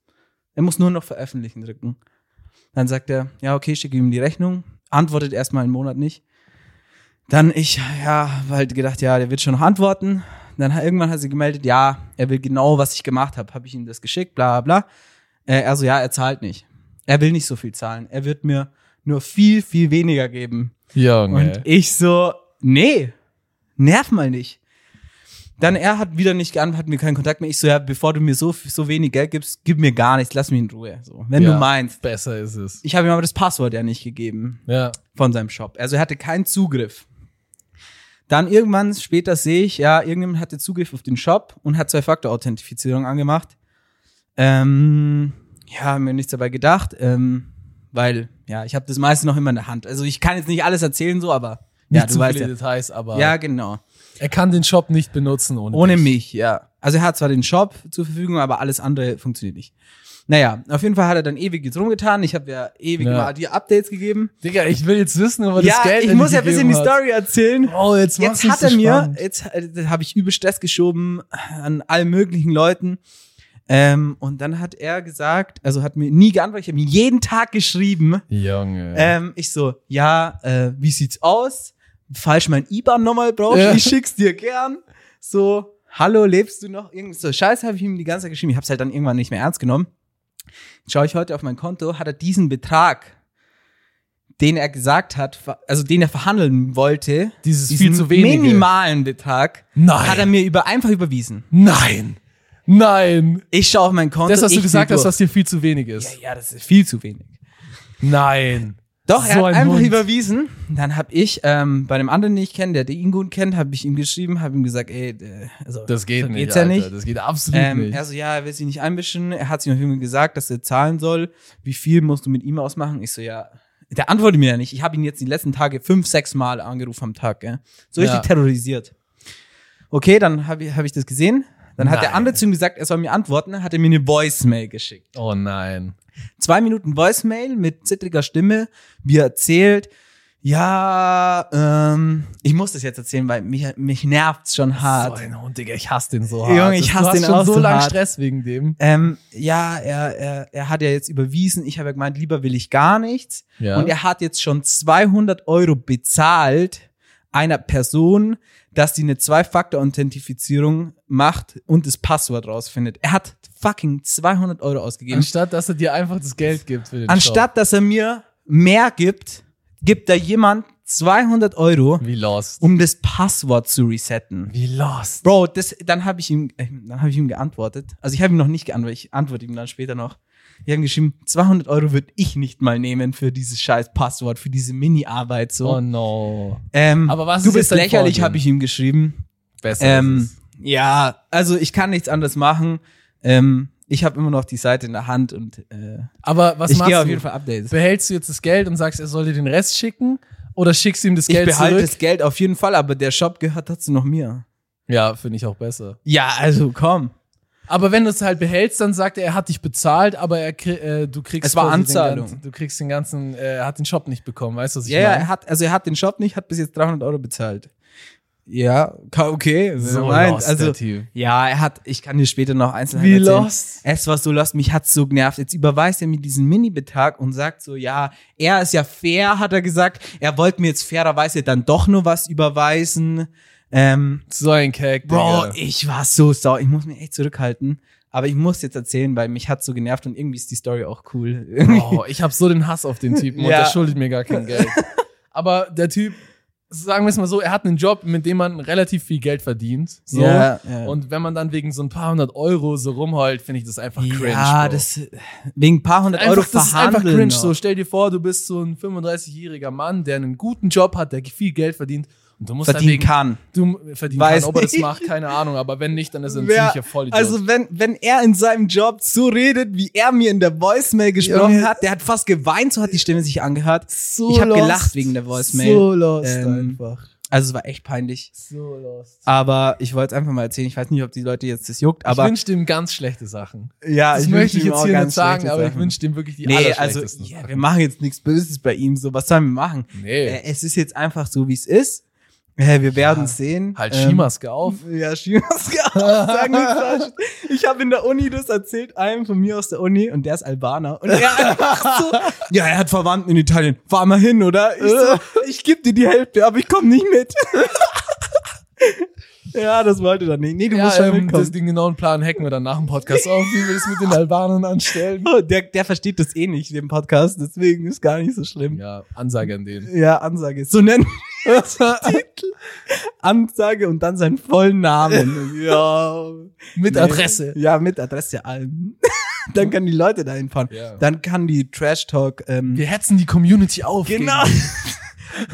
er muss nur noch veröffentlichen drücken. Dann sagt er, ja okay, schicke ihm die Rechnung, antwortet erstmal einen Monat nicht. Dann ich, ja, hab halt gedacht, ja, der wird schon noch antworten. Dann hat- irgendwann hat sie gemeldet, ja, er will genau, was ich gemacht habe, habe ich ihm das geschickt, bla bla. bla. Äh, also ja, er zahlt nicht. Er will nicht so viel zahlen. Er wird mir nur viel, viel weniger geben.
Junge.
Und ich so, nee, nerv mal nicht. Dann er hat wieder nicht geantwortet, hat mir keinen Kontakt mehr. Ich so, ja, bevor du mir so, so wenig Geld gibst, gib mir gar nichts, lass mich in Ruhe. So, wenn
Ja.
du meinst.
Besser ist es.
Ich habe ihm aber das Passwort ja nicht gegeben
Ja.
von seinem Shop. Also er hatte keinen Zugriff. Dann irgendwann später sehe ich, ja, irgendjemand hatte Zugriff auf den Shop und hat Zwei-Faktor-Authentifizierung angemacht. Ähm, ja, hab mir nichts dabei gedacht, ähm, weil, ja, ich habe das meiste noch immer in der Hand. Also ich kann jetzt nicht alles erzählen so, aber ja,
Nicht
du
zu
weißt
viele
ja.
Details, aber
Ja, genau.
er kann den Shop nicht benutzen ohne
Ohne
dich.
mich, ja. Also er hat zwar den Shop zur Verfügung, aber alles andere funktioniert nicht. Naja, auf jeden Fall hat er dann ewig jetzt rumgetan. Ich habe ja ewig
Ja.
mal dir Updates gegeben.
Digga, ich will jetzt wissen, ob er
ja,
das Geld
ich
endlich
muss ja ein bisschen die
gegeben hat.
Story erzählen.
Oh, jetzt, machst
Jetzt
du's
hat er
so
mir, äh,
spannend.
jetzt habe ich übel Stress geschoben an allen möglichen Leuten. Ähm, und dann hat er gesagt, also hat mir nie geantwortet, ich habe ihm jeden Tag geschrieben.
Junge.
Ähm, ich so, ja, äh, wie sieht's aus? Falls mein IBAN nochmal brauchst,
Ja.
ich schick's dir gern. So, hallo, lebst du noch? Irgendwie so Scheiße habe ich ihm die ganze Zeit geschrieben. Ich hab's halt dann irgendwann nicht mehr ernst genommen. Jetzt schaue ich heute auf mein Konto, hat er diesen Betrag, den er gesagt hat, ver- also den er verhandeln wollte,
Dieses
diesen
viel zu wenige.
minimalen Betrag,
Nein.
hat er mir über, einfach überwiesen.
Nein. Nein.
Ich schaue auf mein Konto.
Das, was
ich
du gesagt
seh
hast,
durch.
was dir viel zu wenig ist.
ja, ja, das ist viel zu wenig.
Nein.
Doch, er
So
hat
ein
einfach
Hund.
überwiesen. Dann habe ich ähm, bei dem anderen, den ich kenne, der ihn gut kennt, habe ich ihm geschrieben, habe ihm gesagt, ey, äh, also,
Das geht
so
nicht.
geht's
Alter.
ja nicht.
Das geht absolut
Ähm,
nicht.
er so, ja, er will sich nicht einmischen. Er hat sich noch irgendwie gesagt, dass er zahlen soll. Wie viel musst du mit ihm ausmachen? Ich so, ja. Der antwortet mir ja nicht. Ich habe ihn jetzt die letzten Tage fünf, sechs Mal angerufen am Tag. Gell? So richtig
Ja.
terrorisiert. Okay, dann habe ich, hab ich das gesehen. Dann hat der
Nein.
andere zu ihm gesagt, er soll mir antworten. Hat er mir eine Voicemail geschickt
Oh nein.
zwei Minuten Voicemail mit zittriger Stimme, wie er erzählt, ja, ähm, ich muss das jetzt erzählen, weil mich, mich nervt's schon hart.
So ein Hund, Digga. Ich hasse den so hart.
Junge, ich
Das-
hasse
du hast
den
schon
auch
so
so
lange
hart.
Stress wegen dem.
Ähm, ja, er, er, er hat ja jetzt überwiesen, ich habe ja gemeint, lieber will ich gar nichts.
Ja.
Und er hat jetzt schon 200 Euro bezahlt einer Person, dass die eine Zwei-Faktor-Authentifizierung macht und das Passwort rausfindet. Er hat fucking 200 Euro ausgegeben.
Anstatt, dass er dir einfach das Geld gibt für den
Anstatt dass er mir mehr gibt, gibt da jemand 200 Euro,
Job. Wie lost.
um das Passwort zu resetten.
Wie lost.
Bro, das, dann habe ich ihm, äh, dann habe ich ihm geantwortet. Also ich habe ihm noch nicht geantwortet. Ich antworte ihm dann später noch. Wir haben geschrieben, 200 Euro würde ich nicht mal nehmen für dieses scheiß Passwort, für diese Mini-Arbeit so.
Oh no.
ähm,
aber was
du
ist jetzt
bist
dein
lächerlich,
Vorgehen?
habe ich ihm geschrieben.
Besser
Ähm,
ist
ja, also ich kann nichts anderes machen. Ähm, ich habe immer noch die Seite in der Hand und äh,
es. Aber was
ich
machst
gehe auf
du?
jeden Fall Updates.
Behältst du jetzt das Geld und sagst, er soll dir den Rest schicken? Oder schickst du ihm das Geld
ich behalte
zurück?
das Geld auf jeden Fall, aber der Shop gehört dazu noch mir.
Ja, finde ich auch besser.
Ja, also komm.
Aber wenn du es halt behältst, dann sagt er, er hat dich bezahlt, aber er, krie- äh, du kriegst
Es war
quasi den
Anzahlung.
ganzen- Du kriegst den ganzen, äh, er hat den Shop nicht bekommen, weißt du, was ich
Ja, ja,
meine?
er hat, also er hat den Shop nicht, hat bis jetzt 300 Euro bezahlt. Ja, ka- okay.
So
meint,
lost,
also,
der Typ.
ja, er hat, ich kann dir später noch einzelne
Wie
erzählen.
lost?
Es war so lost, mich hat's so genervt. Jetzt überweist er mir diesen Mini-Betrag und sagt so, ja, er ist ja fair, hat er gesagt. Er wollte mir jetzt fairerweise dann doch nur was überweisen. Ähm,
So ein Cake,
Bro,
Digga.
ich war so sauer. Ich muss mich echt zurückhalten. Aber ich muss jetzt erzählen, weil mich hat so genervt und irgendwie ist die Story auch cool.
Bro, Oh, ich habe so den Hass auf den Typen und
Ja.
der schuldet mir gar kein Geld. Aber der Typ, sagen wir es mal so, er hat einen Job, mit dem man relativ viel Geld verdient. So.
Ja, ja.
Und wenn man dann wegen so ein paar hundert Euro so rumheult, finde ich das einfach cringe.
ja,
Bro.
das Ah, wegen ein paar hundert
einfach,
Euro
das ist einfach
verhandeln. ne?
cringe.
noch.
So, stell dir vor, du bist so ein 35-jähriger Mann, der einen guten Job hat, der viel Geld verdient. Und du musst
verdienen
dann
kann.
wegen, du verdienen
Weiß
kann, ob er das
nicht.
macht, keine Ahnung. Aber wenn nicht, dann ist er ein
Wer-
ziemlicher Vollidiot.
also wenn, wenn er in seinem Job so redet, wie er mir in der Voicemail gesprochen
Junge.
hat, der hat fast geweint, so hat die Stimme sich angehört.
so
ich hab
lost.
gelacht wegen der Voicemail.
So lost
Ähm,
einfach.
Also es war echt peinlich.
So lost.
Aber ich wollte es einfach mal erzählen. Ich weiß nicht, ob die Leute jetzt das juckt, aber
ich wünsche dem ganz schlechte Sachen.
ja,
Das
ich
möchte
wünsche
ich
ihm
jetzt
auch
hier nicht
ganz
sagen,
schlechte
aber ich
Sachen.
wünsche dem wirklich die
Nee, also
allerschlechtesten
ja, wir
Sachen.
machen jetzt nichts Böses bei ihm, so was sollen wir machen?
Nee,
Äh, es ist jetzt einfach so, wie es ist. Äh, wir werden es sehen.
halt
Ähm,
Schimaske auf.
(laughs) Ja, Schimaske auf. Sag nichts falsch. Ich habe in der Uni das erzählt, einem von mir aus der Uni, und der ist Albaner. Und er einfach so, (laughs) ja, er hat Verwandten in Italien. Fahr mal hin, oder? Ich so, (laughs) ich gebe dir die Hälfte, aber ich komme nicht mit. (laughs) ja, das wollte er nicht. Nee, du musst
Ja,
schon
ähm, das,
mitkommen.
den genauen Plan hacken wir dann nach dem Podcast auf, wie wir das mit den Albanern anstellen.
Oh, der, der versteht das eh nicht, den Podcast, deswegen ist gar nicht so schlimm.
Ja, Ansage an den.
Ja, Ansage. So nennen wir das
(laughs)
Titel. Ansage und dann seinen
(laughs)
vollen Namen. Ja.
Mit
Nee.
Adresse.
Ja, mit Adresse allem. (laughs) dann können die Leute dahin fahren.
Ja.
Dann kann die Trash Talk. Ähm,
Wir hetzen die Community auf. (laughs)
genau.
gegen-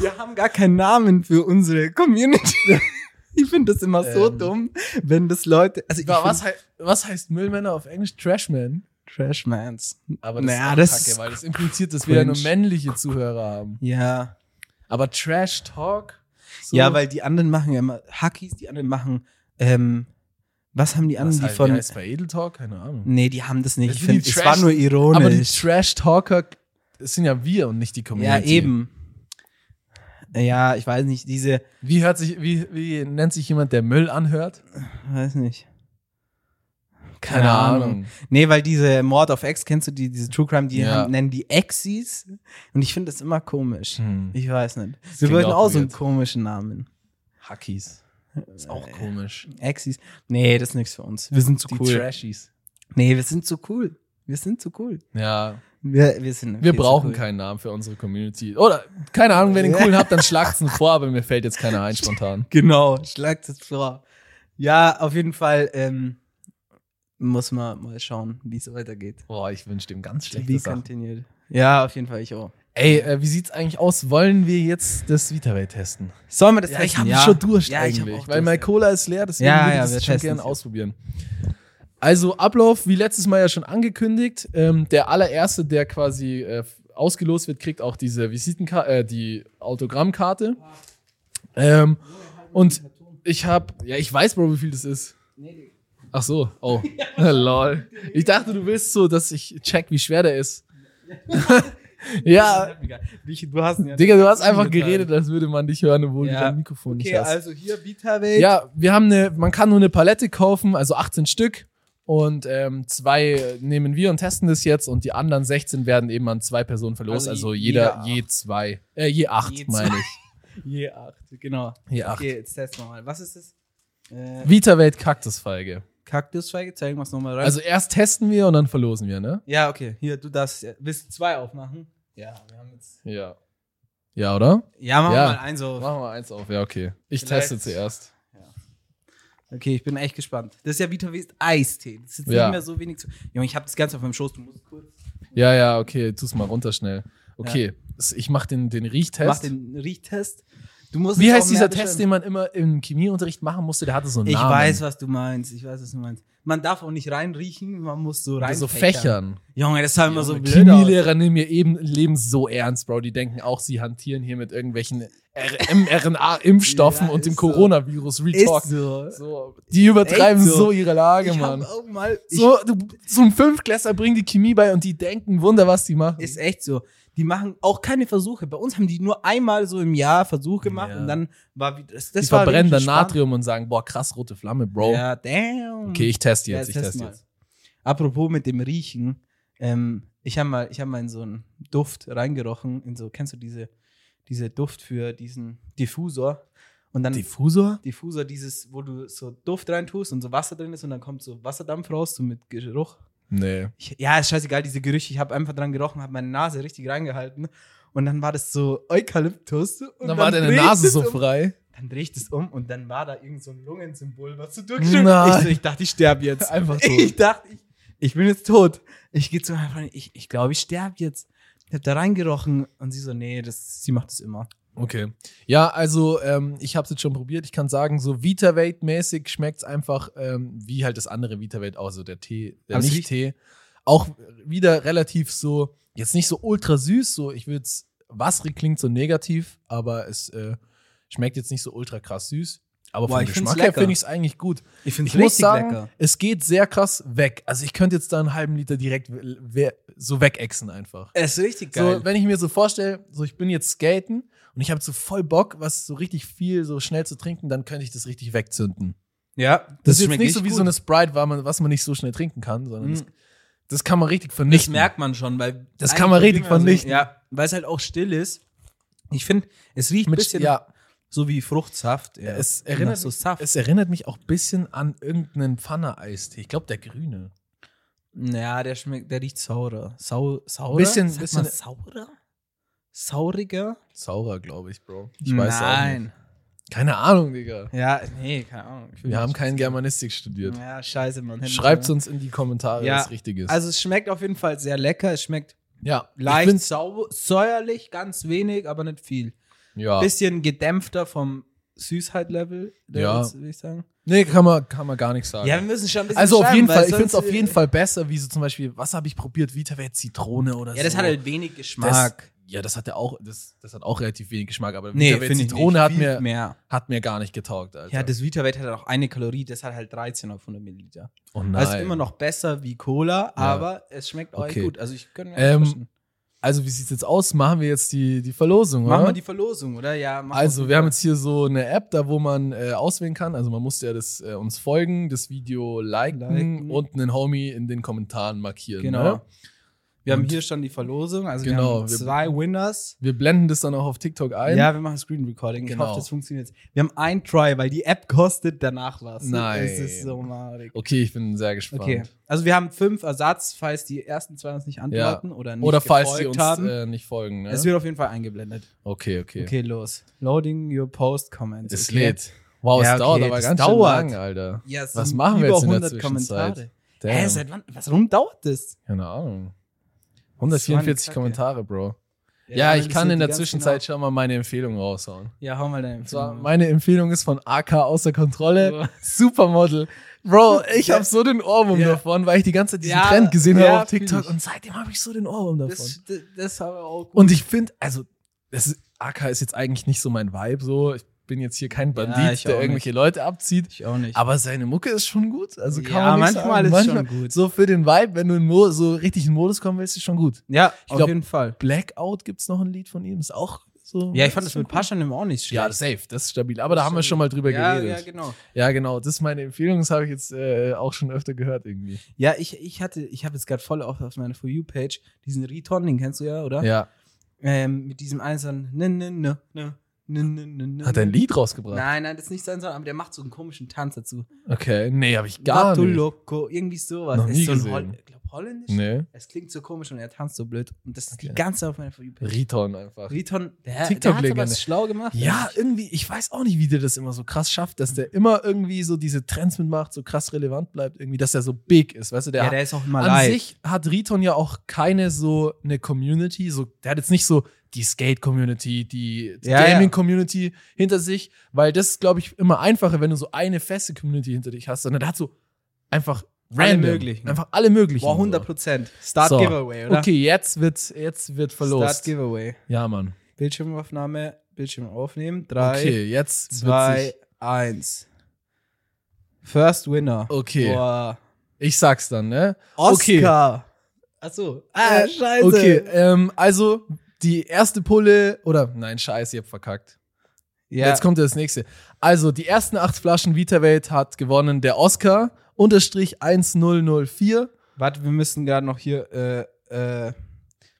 wir haben gar keinen Namen für unsere Community. (laughs) ich finde das immer so
Ähm.
dumm, wenn das Leute. Also ich
Wa-
find
was, hei was heißt Müllmänner auf Englisch? Trashmen.
Trashmans.
Aber das ist
Naja,
auch
das
kacke,
ist
weil das impliziert, dass wir ja nur
cringe.
männliche Zuhörer haben.
Ja.
Aber Trash Talk? so-
Ja, weil die anderen machen ja immer Hackies, die anderen machen ähm, Was haben die
Was
anderen,
halt,
die
wie
von.
heißt bei Edel Talk? Keine Ahnung.
Nee, die haben das nicht.
Das
Ich
sind die
find, es
Trash-
war nur
Aber die
ironisch.
Trash-Talker das sind ja wir und nicht die Community.
Ja, eben. Ja, ich weiß nicht, diese.
Wie hört sich, wie, wie nennt sich jemand, der Müll anhört?
Weiß nicht. Keine, Ahnung. Nee, weil diese Mord auf Ex, kennst du die, diese True Crime, die
Ja.
haben, nennen die Exis? Und ich finde das immer komisch.
Hm.
Ich weiß nicht. Sie
klingt
wollten
auch
auch so einen
weird.
komischen Namen.
Hackies. Ist
Äh,
auch komisch.
Exis. Nee, das ist nichts für uns. Wir sind zu
Die
cool.
Trashies.
nee, wir sind zu cool. Wir sind zu cool.
Ja,
Wir, wir sind
wir
viel zu
brauchen
cool.
keinen Namen für unsere Community. Oder, keine Ahnung, wenn ihr einen coolen habt, dann schlagt's ihn vor, aber mir fällt jetzt keiner
(laughs)
ein spontan.
Genau, schlagt es vor. Ja, auf jeden Fall ähm, muss man mal schauen, wie es weitergeht.
Boah, ich wünsche dem ganz
To be
schlechte Sachen.
continued. Ja, auf jeden Fall, ich auch.
Ey, äh, wie sieht's eigentlich aus? Wollen wir jetzt das Vitaway testen?
Sollen wir das
Ja,
testen?
ich habe
ja.
schon Durst
ja, ich hab
eigentlich,
auch
weil
Durst,
mein
ja.
Cola ist leer, deswegen
Ja,
würde ich
ja,
das
wir
schon
testen's
gerne
jetzt.
ausprobieren. Also Ablauf, wie letztes Mal ja schon angekündigt, ähm, der allererste, der quasi äh, ausgelost wird, kriegt auch diese Visitenkarte, äh, die Autogrammkarte. Ähm, und ich habe, ja, ich weiß, Bro, wie viel das ist. Ach so,
(laughs)
oh, (laughs) lol. Ich dachte, du willst so, dass ich check, wie schwer der
(laughs)
ist. ja,
Ich- Du hast ihn ja.
Digga, du hast einfach geredet, als würde man dich hören, obwohl
Ja.
du dein Mikrofon nicht
Okay,
hast.
also hier Vitawelt.
Ja, wir haben eine, man kann nur eine Palette kaufen, also 18 Stück. Und ähm, zwei äh, nehmen wir und testen das jetzt und die anderen 16 werden eben an zwei Personen verlost. Also,
Also je-
jeder,
jeder
je zwei. Äh, je acht,
Je
meine
zwei.
ich.
Je 8, genau.
Je acht.
Okay, jetzt testen wir mal. Was ist das? Äh,
Vita-Welt Kaktusfeige.
Kaktusfeige, zeigen wir es nochmal rein.
Also erst testen wir und dann verlosen wir, ne?
ja, okay, hier, du darfst. ja, Willst du zwei aufmachen? Ja, wir haben jetzt.
Ja. Ja, oder?
Ja, machen
Ja.
wir mal eins auf.
Machen wir eins auf. Ja, okay. Ich
Vielleicht-
teste zuerst.
Okay, ich bin echt gespannt. Das ist ja Vitawelt Eistee. Das ist jetzt
Ja.
nicht mehr so wenig zu. Junge, ich habe das Ganze auf meinem Schoß, du musst kurz.
Ja, ja, okay. Tu's mal runter schnell. Okay. Ich mach den, den Riechtest.
Mach den Riechtest. Du musst
Wie
jetzt
heißt
auch mehr
dieser Test,
beschreiben.
den man immer im Chemieunterricht machen musste? Der hatte so einen
Ich
Namen.
weiß, was du meinst. Ich weiß, was du meinst. Man darf auch nicht reinriechen, man muss so rein.
so fächern.
Junge, das sah immer so
Junge,
blöd aus.
Chemielehrer nehmen ihr eben Leben so ernst, Bro. Die denken auch, sie hantieren hier mit irgendwelchen mRNA-Impfstoffen
Ja,
und dem
ist so.
Coronavirus. Real Talk.
Ist so.
So, die übertreiben
Echt so.
so. ihre Lage,
Ich hab
Mann.
auch mal. Ich
So, du, zum Fünftklässler bringen die Chemie bei und die denken, Wunder, was die machen.
Ist echt so. Die machen auch keine Versuche. Bei uns haben die nur einmal so im Jahr Versuch gemacht
Ja.
und dann war wie das, das
die
war
verbrennen dann
richtig
Natrium und sagen, boah, krass, rote Flamme,
spannend.
Bro.
Ja, damn.
Okay, ich teste
Ja,
jetzt, ich
test
teste
mal.
jetzt.
Apropos mit dem Riechen, ähm, ich habe mal, ich habe mal in so einen Duft reingerochen, in so kennst du diese diese Duft für diesen Diffusor und dann
Diffusor?
Diffusor dieses, wo du so Duft reintust und so Wasser drin ist und dann kommt so Wasserdampf raus so mit Geruch.
Nee.
ich, ja, ist scheißegal, diese Gerüche. Ich habe einfach dran gerochen, habe meine Nase richtig reingehalten. Und dann war das so Eukalyptus. Und
Dann, war deine
dreh ich
Nase
das
so
um.
frei.
(laughs) Dann drehe ich das um und dann war da irgend so ein Lungensymbol, was so durchgeschrieben
Nein.
ich, so, ich dachte, ich sterbe
(laughs)
jetzt.
Einfach tot.
Ich dachte, ich, ich bin jetzt tot. Ich gehe zu meiner Freundin, ich, ich glaube, ich sterbe jetzt. Ich habe da reingerochen und sie so, nee, das, sie macht das immer.
Okay. Ja, also ähm, ich habe es jetzt schon probiert. Ich kann sagen, so Vita-Welt-mäßig schmeckt es einfach ähm, wie halt das andere Vita-Welt, also der Tee, der
Aber es riecht-
Nicht-Tee. Auch wieder relativ so, jetzt nicht so ultra süß, so ich würde es, wasserig klingt so negativ, aber es äh, schmeckt jetzt nicht so ultra krass süß. Aber
Boah,
vom
ich find's
Geschmack her
lecker.
finde ich es eigentlich gut.
Ich finde
Ich muss sagen, es geht sehr krass weg. Also ich könnte jetzt da einen halben Liter direkt we- we so wegexen einfach.
Es ist richtig geil.
So, wenn ich mir so vorstelle, so ich bin jetzt skaten und ich habe so voll Bock, was so richtig viel so schnell zu trinken, dann könnte ich das richtig wegzünden.
ja,
Das, ist jetzt nicht so
richtig
wie
gut.
so eine Sprite, war man, was man nicht so schnell trinken kann, sondern
Mhm.
das, das kann man richtig
Das
vernichten.
merkt man schon, weil.
Das kann man richtig vernichten.
Ja, weil es halt auch still ist. Ich finde, es riecht ein
Mit,
bisschen
ja,
so wie Fruchtsaft. Ja.
es
Nach
erinnert,
so Saft.
es erinnert mich auch ein bisschen an irgendeinen Pfanne-Eistee. Ich glaube, der grüne.
ja, der schmeckt, der riecht saurer. Sau, saurer?
Bisschen-
Sagt
bisschen-
man saurer? Sauriger?
Saurer, glaube ich, Bro. Ich weiß auch
Nein.
nicht. Keine Ahnung, Digga.
Ja, nee, keine Ahnung. Ich will
Wir haben
nicht-
keine Germanistik studiert.
Ja, scheiße, man.
Schreibt uns in die Kommentare,
Ja,
was richtig ist.
Also, es schmeckt auf jeden Fall sehr lecker. Es schmeckt
ja, ich
leicht
find's-
sau säuerlich, ganz wenig, aber nicht viel.
ja.
Bisschen gedämpfter vom Süßheit-Level, der
Ja.
jetzt, würde ich sagen.
Nee, kann man, kann man gar nichts sagen.
Ja, wir müssen schon ein bisschen
Also auf
schreiben,
jeden
weil
Fall, ich finde es
sonst- äh,
auf jeden Fall besser, wie so zum Beispiel, was habe ich probiert, Vita wäre Zitrone oder so.
Ja, das hat halt wenig Geschmack.
Das- ja, das hat ja auch, das, das hat auch relativ wenig Geschmack, aber
Nee,
Vita Welt
finde ich
Zitrone
nicht.
hat
Viel
mir,
mehr.
hat mir gar nicht getaugt, Alter.
Ja, das Vita-Welt hat halt auch eine Kalorie, das hat halt 13 auf 100 Milliliter.
oh nein.
Also immer noch besser wie Cola, aber es schmeckt auch echt
Okay.
gut. Also ich könnte mir
Ähm,
vorstellen.
Also, wie sieht's jetzt aus? Machen wir jetzt die, die Verlosung,
Machen
oder?
wir die Verlosung, oder? Ja, mach
also,
auf
wir haben
jeden
jetzt hier so eine App, da wo man äh, auswählen kann. Also, man musste ja das, äh, uns folgen, das Video liken,
Liken.
und einen Homie in den Kommentaren markieren.
Fall. Genau.
Ne?
Wir haben
Und-
hier schon die Verlosung, also
Genau,
wir haben
wir-
zwei Winners.
Wir blenden das dann auch auf TikTok ein.
Ja, wir machen Screen Recording.
Genau.
Ich hoffe, das funktioniert jetzt. Wir haben ein Try, weil die App kostet danach was.
Nein.
Es ist so malig.
Okay, ich bin sehr gespannt.
Okay, also wir haben fünf Ersatz, falls die ersten zwei uns nicht antworten oder nicht
Oder falls
gefolgt
die uns
haben.
äh, nicht folgen. Ne?
Es wird auf jeden Fall eingeblendet.
okay, okay.
Okay, los. Loading your post comments.
Es
okay.
lädt. Wow,
Ja,
es
okay,
dauert aber
das
ganz
dauert.
schön lang, Alter.
Ja, es
Was
sind
machen wir
über
jetzt in der
100
Zwischenzeit?
Kommentare.
Damn.
Hä, seit wann? Was, warum dauert das?
Keine Ahnung. 144
Das war eine Kacke.
Kommentare, Bro.
da
Ja, ich
analysiert
kann
die
in der
ganz
Zwischenzeit schon mal meine Empfehlung raushauen.
Genau. Ja, hau mal deine
Und zwar,
Empfehlung.
meine Empfehlung ist von AK außer Kontrolle,
Wow.
(laughs) Supermodel. Bro, ich habe so den Ohrwurm
Ja.
davon, weil ich die ganze Zeit diesen
Ja,
Trend gesehen habe
ja,
auf
fühl
TikTok
ich.
und seitdem habe ich so den Ohrwurm davon.
Das, das, das haben wir auch gut.
und ich finde, also, das ist, AK ist jetzt eigentlich nicht so mein Vibe, so. Ich bin jetzt hier kein Bandit,
ich
der
auch
irgendwelche Leute abzieht.
Ich auch nicht.
Aber seine Mucke ist schon gut. Also kann
Ja,
man nicht
manchmal
sagen.
ist schon gut.
So für den Vibe, wenn du in Mo so richtig in Modus kommen willst, ist schon gut.
ja, auf
glaub-
jeden Fall.
Blackout gibt's noch ein Lied von ihm, ist auch so.
Ja, ich fand das
schon
mit
gut.
Paschan immer auch nicht schlecht.
Ja, das ist safe, das ist stabil. Aber da haben wir
Stabil.
schon mal drüber
ja,
geredet.
ja, genau.
Ja, genau. Das ist meine Empfehlung. Das habe ich jetzt äh, auch schon öfter gehört irgendwie.
Ja, ich, ich hatte, ich habe jetzt gerade voll auf, auf meiner For You-Page diesen Riton, den kennst du ja, oder?
Ja.
Ähm, mit diesem einzelnen ne, ne, ne, ne, ne, ne, ne, ne.
Hat er ein Lied rausgebracht?
Nein, nein, das ist nicht sein Song, aber der macht so einen komischen Tanz dazu.
Okay. Nee, habe ich gar
Gato
nicht.
Loco, irgendwie sowas.
Noch
Es
nie
ist so ein
gesehen.
Holl ich glaub, holländisch.
Nee.
Es klingt so komisch und er tanzt so blöd. Und das ist
Okay.
die ganze Zeit auf meiner For You-Page.
Riton einfach.
Riton, der, der hat
TikTok-Legende.
aber was schlau gemacht.
Ja, irgendwie, ich weiß auch nicht, wie der das immer so krass schafft, dass der immer irgendwie so diese Trends mitmacht, so krass relevant bleibt, irgendwie, dass er so big ist, weißt du, der
ja,
hat
der ist auch immer
An
live.
sich hat Riton ja auch keine so eine Community, so der hat jetzt nicht so die Skate-Community, die, die
Ja, ja.
Gaming-Community hinter sich, weil das ist, glaube ich, immer einfacher, wenn du so eine feste Community hinter dich hast, sondern der hat so einfach
Alle
random,
möglichen.
einfach alle möglichen.
Boah, 100 Prozent. Start
So.
Giveaway,
so.
oder?
Okay, jetzt wird, jetzt wird
Start
verlost.
Giveaway.
Ja, Mann.
Bildschirmaufnahme, Bildschirm aufnehmen. Drei,
Okay, jetzt
zwei,
wird's.
eins. First Winner.
Okay.
Boah.
Ich sag's dann, ne?
Oscar. Achso. Ah, scheiße.
Äh, Okay, ähm, also die erste Pulle oder nein, scheiße, ihr habt verkackt.
Ja.
Jetzt kommt das nächste. Also, die ersten acht Flaschen Vita-Welt hat gewonnen der Oscar unterstrich 1004.
Warte, wir müssen gerade noch hier, äh, äh,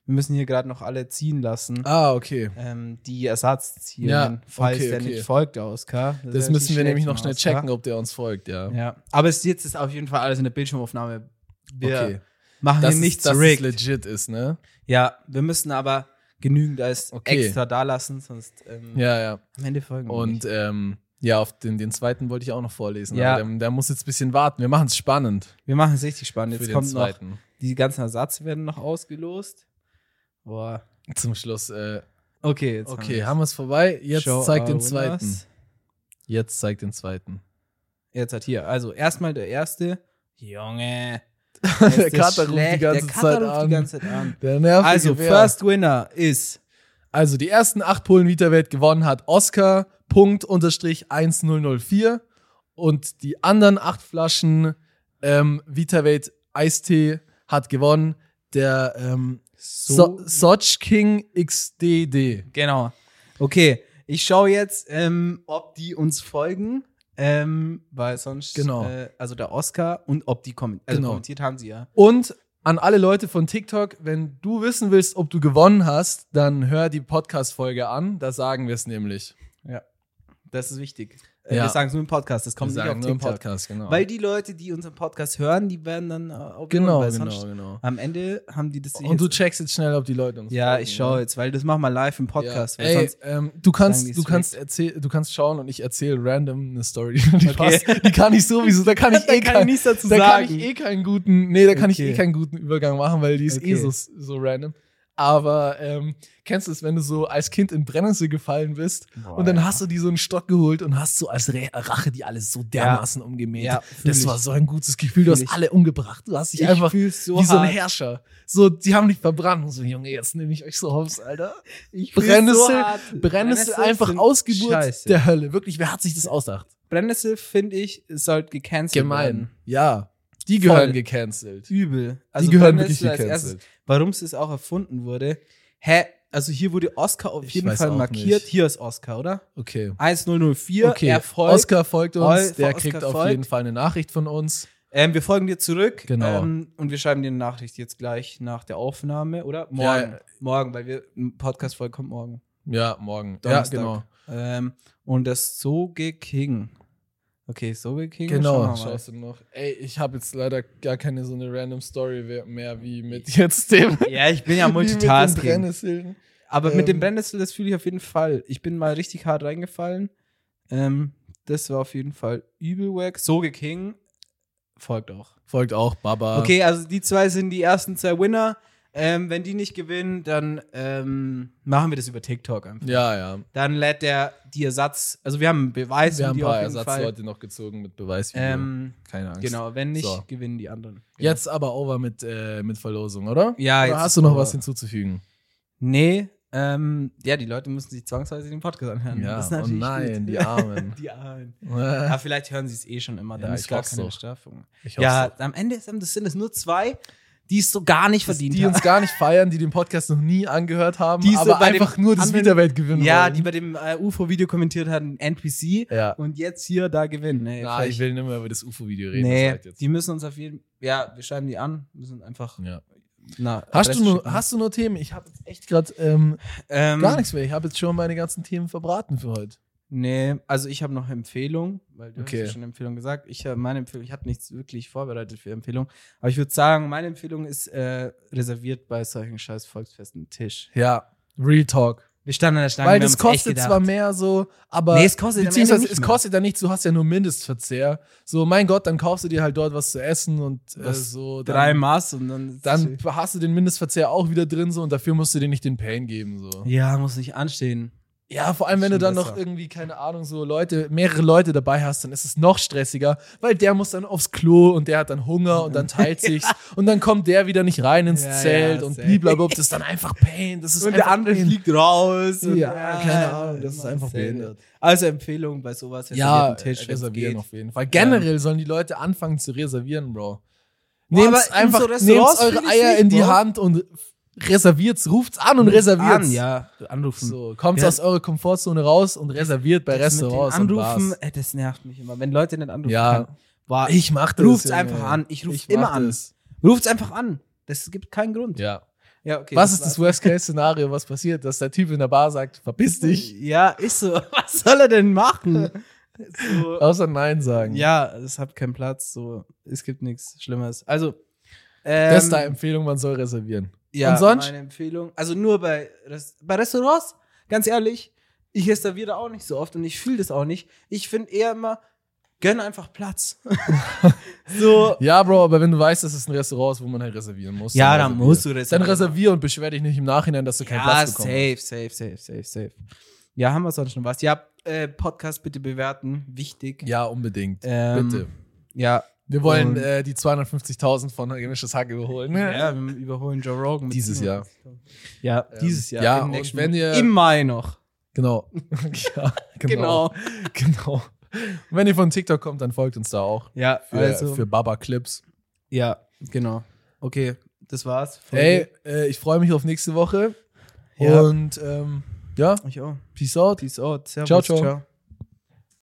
wir müssen hier gerade noch alle ziehen lassen.
Ah, okay.
Ähm, die Ersatzziehungen,
Ja,
falls
okay,
der
okay.
nicht folgt, der Oscar.
Das,
ist
müssen wir
schlecht
nämlich noch
von
schnell
Oscar.
checken, ob der uns folgt, ja.
Ja. Aber es, jetzt ist auf jeden Fall alles in der Bildschirmaufnahme. Wir
Okay.
machen
Dass
hier nichts
es, dass es
rigged.
legit ist, ne?
Ja, wir müssen aber genügend als
Okay.
extra da lassen, sonst ähm,
Ja, ja.
am Ende folgen wir
Und
nicht.
ähm, ja, auf den, den zweiten wollte ich auch noch vorlesen.
Ja.
Aber der, der muss jetzt ein bisschen warten. Wir machen es spannend
Wir machen es richtig spannend.
für
Jetzt
den
kommt noch,
zweiten.
die ganzen Ersatz werden noch ausgelost. Boah.
Zum Schluss. Äh,
Okay, jetzt
okay,
haben
haben wir es vorbei.
wir
Jetzt
Show
zeig
our
den
winners.
zweiten. Jetzt zeig den zweiten.
Jetzt hat hier, also erstmal der erste.
(laughs)
Junge.
der Kater ruft die ganze Zeit
der Kater ruft
an.
die ganze Zeit an.
Der nervige
Also,
Bär.
First Winner ist
Also die ersten acht Polen Vita-Welt gewonnen hat Oscar Punkt unterstrich 1004 und die anderen acht Flaschen ähm, Vita-Welt Eistee hat gewonnen der ähm, so
so.
Soch King XDD.
Genau. Okay, ich schaue jetzt, ähm, ob die uns folgen, ähm, weil sonst,
Genau.
äh, also der Oscar und ob die kommen. Also
Genau.
kommentiert haben sie ja.
Und an alle Leute von TikTok, wenn du wissen willst, ob du gewonnen hast, dann hör die Podcast-Folge an, da sagen wir es nämlich.
Das ist wichtig. Äh,
Ja.
Wir sagen es nur im Podcast, das kommt
wir
nicht auf
sagen nur im
TikTok.
Podcast, genau.
Weil die Leute, die unseren Podcast hören, die werden dann äh, auch
genau,
weil
genau,
sonst
genau.
Am Ende haben die das sich
Und du
jetzt-
checkst jetzt schnell, ob die Leute uns
Ja,
folgen,
ich
ne?
schaue jetzt, weil das machen wir live im Podcast.
Ja.
Weil
Ey,
sonst, (laughs)
ähm, du
sagen
kannst,
die
du
es
kannst erzähl, du kannst schauen und ich erzähle random eine Story, (laughs) die, okay.
Okay.
passt. die kann ich sowieso, da
(laughs)
kann ich eh keinen,
nichts dazu
da kann ich eh keinen guten, nee, da kann ich
Okay.
eh keinen guten Übergang machen, weil die ist eh
Okay.
so, so random. Aber ähm, kennst du es, wenn du so als Kind in Brennnessel gefallen bist und dann hast du dir so einen Stock geholt und hast so als Re- Rache die alles so dermaßen umgemäht.
Ja, fühl
das
ich.
war so ein gutes Gefühl. Du hast
Fühl ich.
alle umgebracht. Du hast dich einfach
fühl's
wie so ein
hart.
Herrscher. So, die haben dich verbrannt. Und so, Junge, jetzt nehme ich euch so aufs, Alter.
Ich fühl's
Brennnessel,
so hart.
Brennnessel einfach
sind
Ausgeburt
Scheiße.
der Hölle. Wirklich, wer hat sich das ausgedacht?
Brennnessel, finde ich, sollte gecancelt werden.
Ja. Die gehören
Voll.
gecancelt.
Übel.
die gehören
Brennnessel
wirklich
als erstes.
gecancelt.
Warum es es auch erfunden wurde. Hä? Also hier wurde Oscar auf
Ich
jeden
weiß
Fall
auch
markiert.
nicht.
Hier ist Oscar, oder?
Okay.
1004,
okay.
Erfolg.
Oscar folgt uns.
Voll,
Der
Oscar
kriegt auf
folgt.
jeden Fall eine Nachricht von uns.
Ähm, wir folgen dir zurück.
Genau.
Ähm, und wir schreiben dir eine Nachricht jetzt gleich nach der Aufnahme, oder?
Ja,
Morgen. Morgen, weil wir Podcast folgt kommt morgen.
Ja, morgen.
Donnerstag.
Ja, genau.
Ähm, und das Soge King. Okay, Soge King.
Genau.
Schauen wir
Schaust du noch. Ey, ich habe jetzt leider gar keine so eine random Story we- mehr wie mit (laughs) jetzt dem.
mal. Ja, ich bin ja (laughs)
wie mit den
Multitasking.
Brennnesseln.
Aber mit
Ähm.
dem Brennnessel, das fühle ich auf jeden Fall. Ich bin mal richtig hart reingefallen. Ähm, das war auf jeden Fall übel wack. Soge King folgt auch.
Folgt auch Baba.
Okay, also die zwei sind die ersten zwei Winner. Ähm, wenn die nicht gewinnen, dann ähm, machen wir das über TikTok einfach.
Ja, ja.
Dann lädt der die Ersatz, also wir haben Beweise,
Wir haben ein
die
paar
auf jeden Fall.
Ersatzleute noch gezogen mit Beweisvideo.
Ähm,
Keine Angst.
genau, wenn nicht,
So.
gewinnen die anderen. Genau.
Jetzt aber over mit, äh, mit Verlosung, oder?
Ja,
Oder
jetzt
hast
ist
du noch
over.
was hinzuzufügen?
Nee, ähm, ja, die Leute müssen sich zwangsweise den Podcast anhören.
Ja,
das ist
oh
natürlich
nein,
gut. (laughs)
die Armen.
die Armen.
Äh,
Aber vielleicht hören sie es eh schon immer, dann
Ja,
ist
ich
gar
hoff's
keine
doch.
Bestrafung.
ich hoff's
Ja,
doch.
am Ende sind es sind es nur zwei, die es so gar nicht
Dass
verdient
die
haben.
uns gar nicht feiern, die den Podcast noch nie angehört haben,
Die so
aber
bei dem
einfach nur das
anderen-
Wiederwelt gewinnen
Ja,
wollen.
die bei dem äh, UFO-Video kommentiert hatten, NPC.
Ja.
Und jetzt hier da gewinnen. Nee,
Na,
vielleicht-
ich will nicht mehr über das UFO-Video reden.
nee
das reicht jetzt.
die müssen uns auf jeden Ja, wir schreiben die an. Müssen einfach.
Ja.
Na,
Hast, du
Adresse
nur,
schicken.
hast du nur Themen? Ich habe jetzt echt gerade ähm,
ähm,
gar nichts mehr. Ich habe jetzt schon meine ganzen Themen verbraten für heute.
Nee, also ich habe noch Empfehlung, weil du
Okay.
hast ja schon Empfehlung gesagt. Ich habe meine Empfehlung, ich hatte nichts wirklich vorbereitet für Empfehlung. Aber ich würde sagen, meine Empfehlung ist äh, reserviert bei solchen scheiß Volksfesten Tisch.
Ja, Real Talk.
Wir standen an der Schlange.
Weil
wir
das
haben's echt
kostet
gedacht.
zwar mehr so, aber.
Nee, es kostet am Ende
Beziehungsweise
nicht
es
mehr.
kostet dann nichts, du hast ja nur Mindestverzehr. So, mein Gott, dann kaufst du dir halt dort was zu essen und äh,
Das
so. Dann,
drei Maß und dann. ist
Dann hast du den Mindestverzehr auch wieder drin so und dafür musst du dir nicht den Pain geben. so.
Ja, muss nicht anstehen.
Ja, vor allem, wenn du
Schon
dann noch
besser.
irgendwie, keine Ahnung, so Leute, mehrere Leute dabei hast, dann ist es noch stressiger, weil der muss dann aufs Klo und der hat dann Hunger und dann
(laughs)
teilt sich's und dann kommt der wieder nicht rein ins
Ja,
Zelt
ja,
und
safe.
blablabla. Das ist dann einfach Pain. Das ist
und der
einfach
andere
Pain.
fliegt raus. und-
Ja, keine Ahnung, das ist
Mann,
einfach
selber.
behindert.
Also Empfehlung bei sowas
Ja, äh,
reservierten Tisch, wenn's
reservieren
geht.
auf jeden Fall. Generell sollen die Leute anfangen zu reservieren, Bro.
Boah,
Nehmt
aber in
einfach
so
nehmt
Restaurants
eure
find ich's
Eier
nicht,
in die
Bro.
Hand und reserviert's, ruft's an und
Ruf
reserviert's.
An, ja, anrufen.
So, kommt
Ja.
aus eurer Komfortzone raus und reserviert bei
Das mit
Restaurants
dem
und
Anrufen,
Bars.
äh, das nervt mich immer, wenn Leute nicht anrufen
Ja.
kann. Boah, ich
Ich mach das.
ruft's
Junge.
einfach an. Ich ruf's
mach
immer an.
das.
ruf's einfach an. Das gibt keinen Grund.
Ja.
Ja, okay.
was ist das Worst-Case-Szenario, was passiert? Dass der Typ in der Bar sagt, verpiss dich,
Ja, ist so. (laughs) Was soll er denn machen?
(laughs)
Oh, so,
außer Nein sagen.
ja, es hat keinen Platz. So, es gibt nichts Schlimmeres. Also, ähm,
Das ist deine Empfehlung, man soll reservieren.
Ja,
Und sonst?
meine Empfehlung. Also nur bei, Res- bei Restaurants, ganz ehrlich, ich reserviere auch nicht so oft und ich fühle das auch nicht. Ich finde eher immer, gönn einfach Platz. (laughs) so.
Ja, Bro, aber wenn du weißt, dass es ein Restaurant ist, wo man halt reservieren muss.
Ja,
dann
dann
reservier.
musst du
Dann
reservieren.
reservier und beschwer dich nicht im Nachhinein, dass du keinen
Ja,
Platz bekommst.
safe, safe, safe, safe, safe. Ja, haben wir sonst schon was? Ja, äh, Podcast bitte bewerten, wichtig.
Ja, unbedingt.
Ähm,
Bitte.
Ja,
Wir wollen
und-
äh, die 250.000 von Gemisches Hack überholen. ne?
ja, wir überholen Joe Rogan. mit
Dieses Jahr. Ähm,
750.000. Ja, dieses Jahr.
ja,
im
und
nächsten-
wenn ihr-
Im Mai noch.
Genau. (laughs) ja, genau.
Genau.
(laughs) Genau. Und wenn ihr von TikTok kommt, dann folgt uns da auch.
Ja,
Für,
also.
für Baba Clips.
ja, genau. Okay, das war's.
Hey, äh, ich freue mich auf nächste Woche.
Ja.
Und ähm, ja,
Ich auch.
peace out.
Peace out. Servus.
Ciao, ciao.
ciao.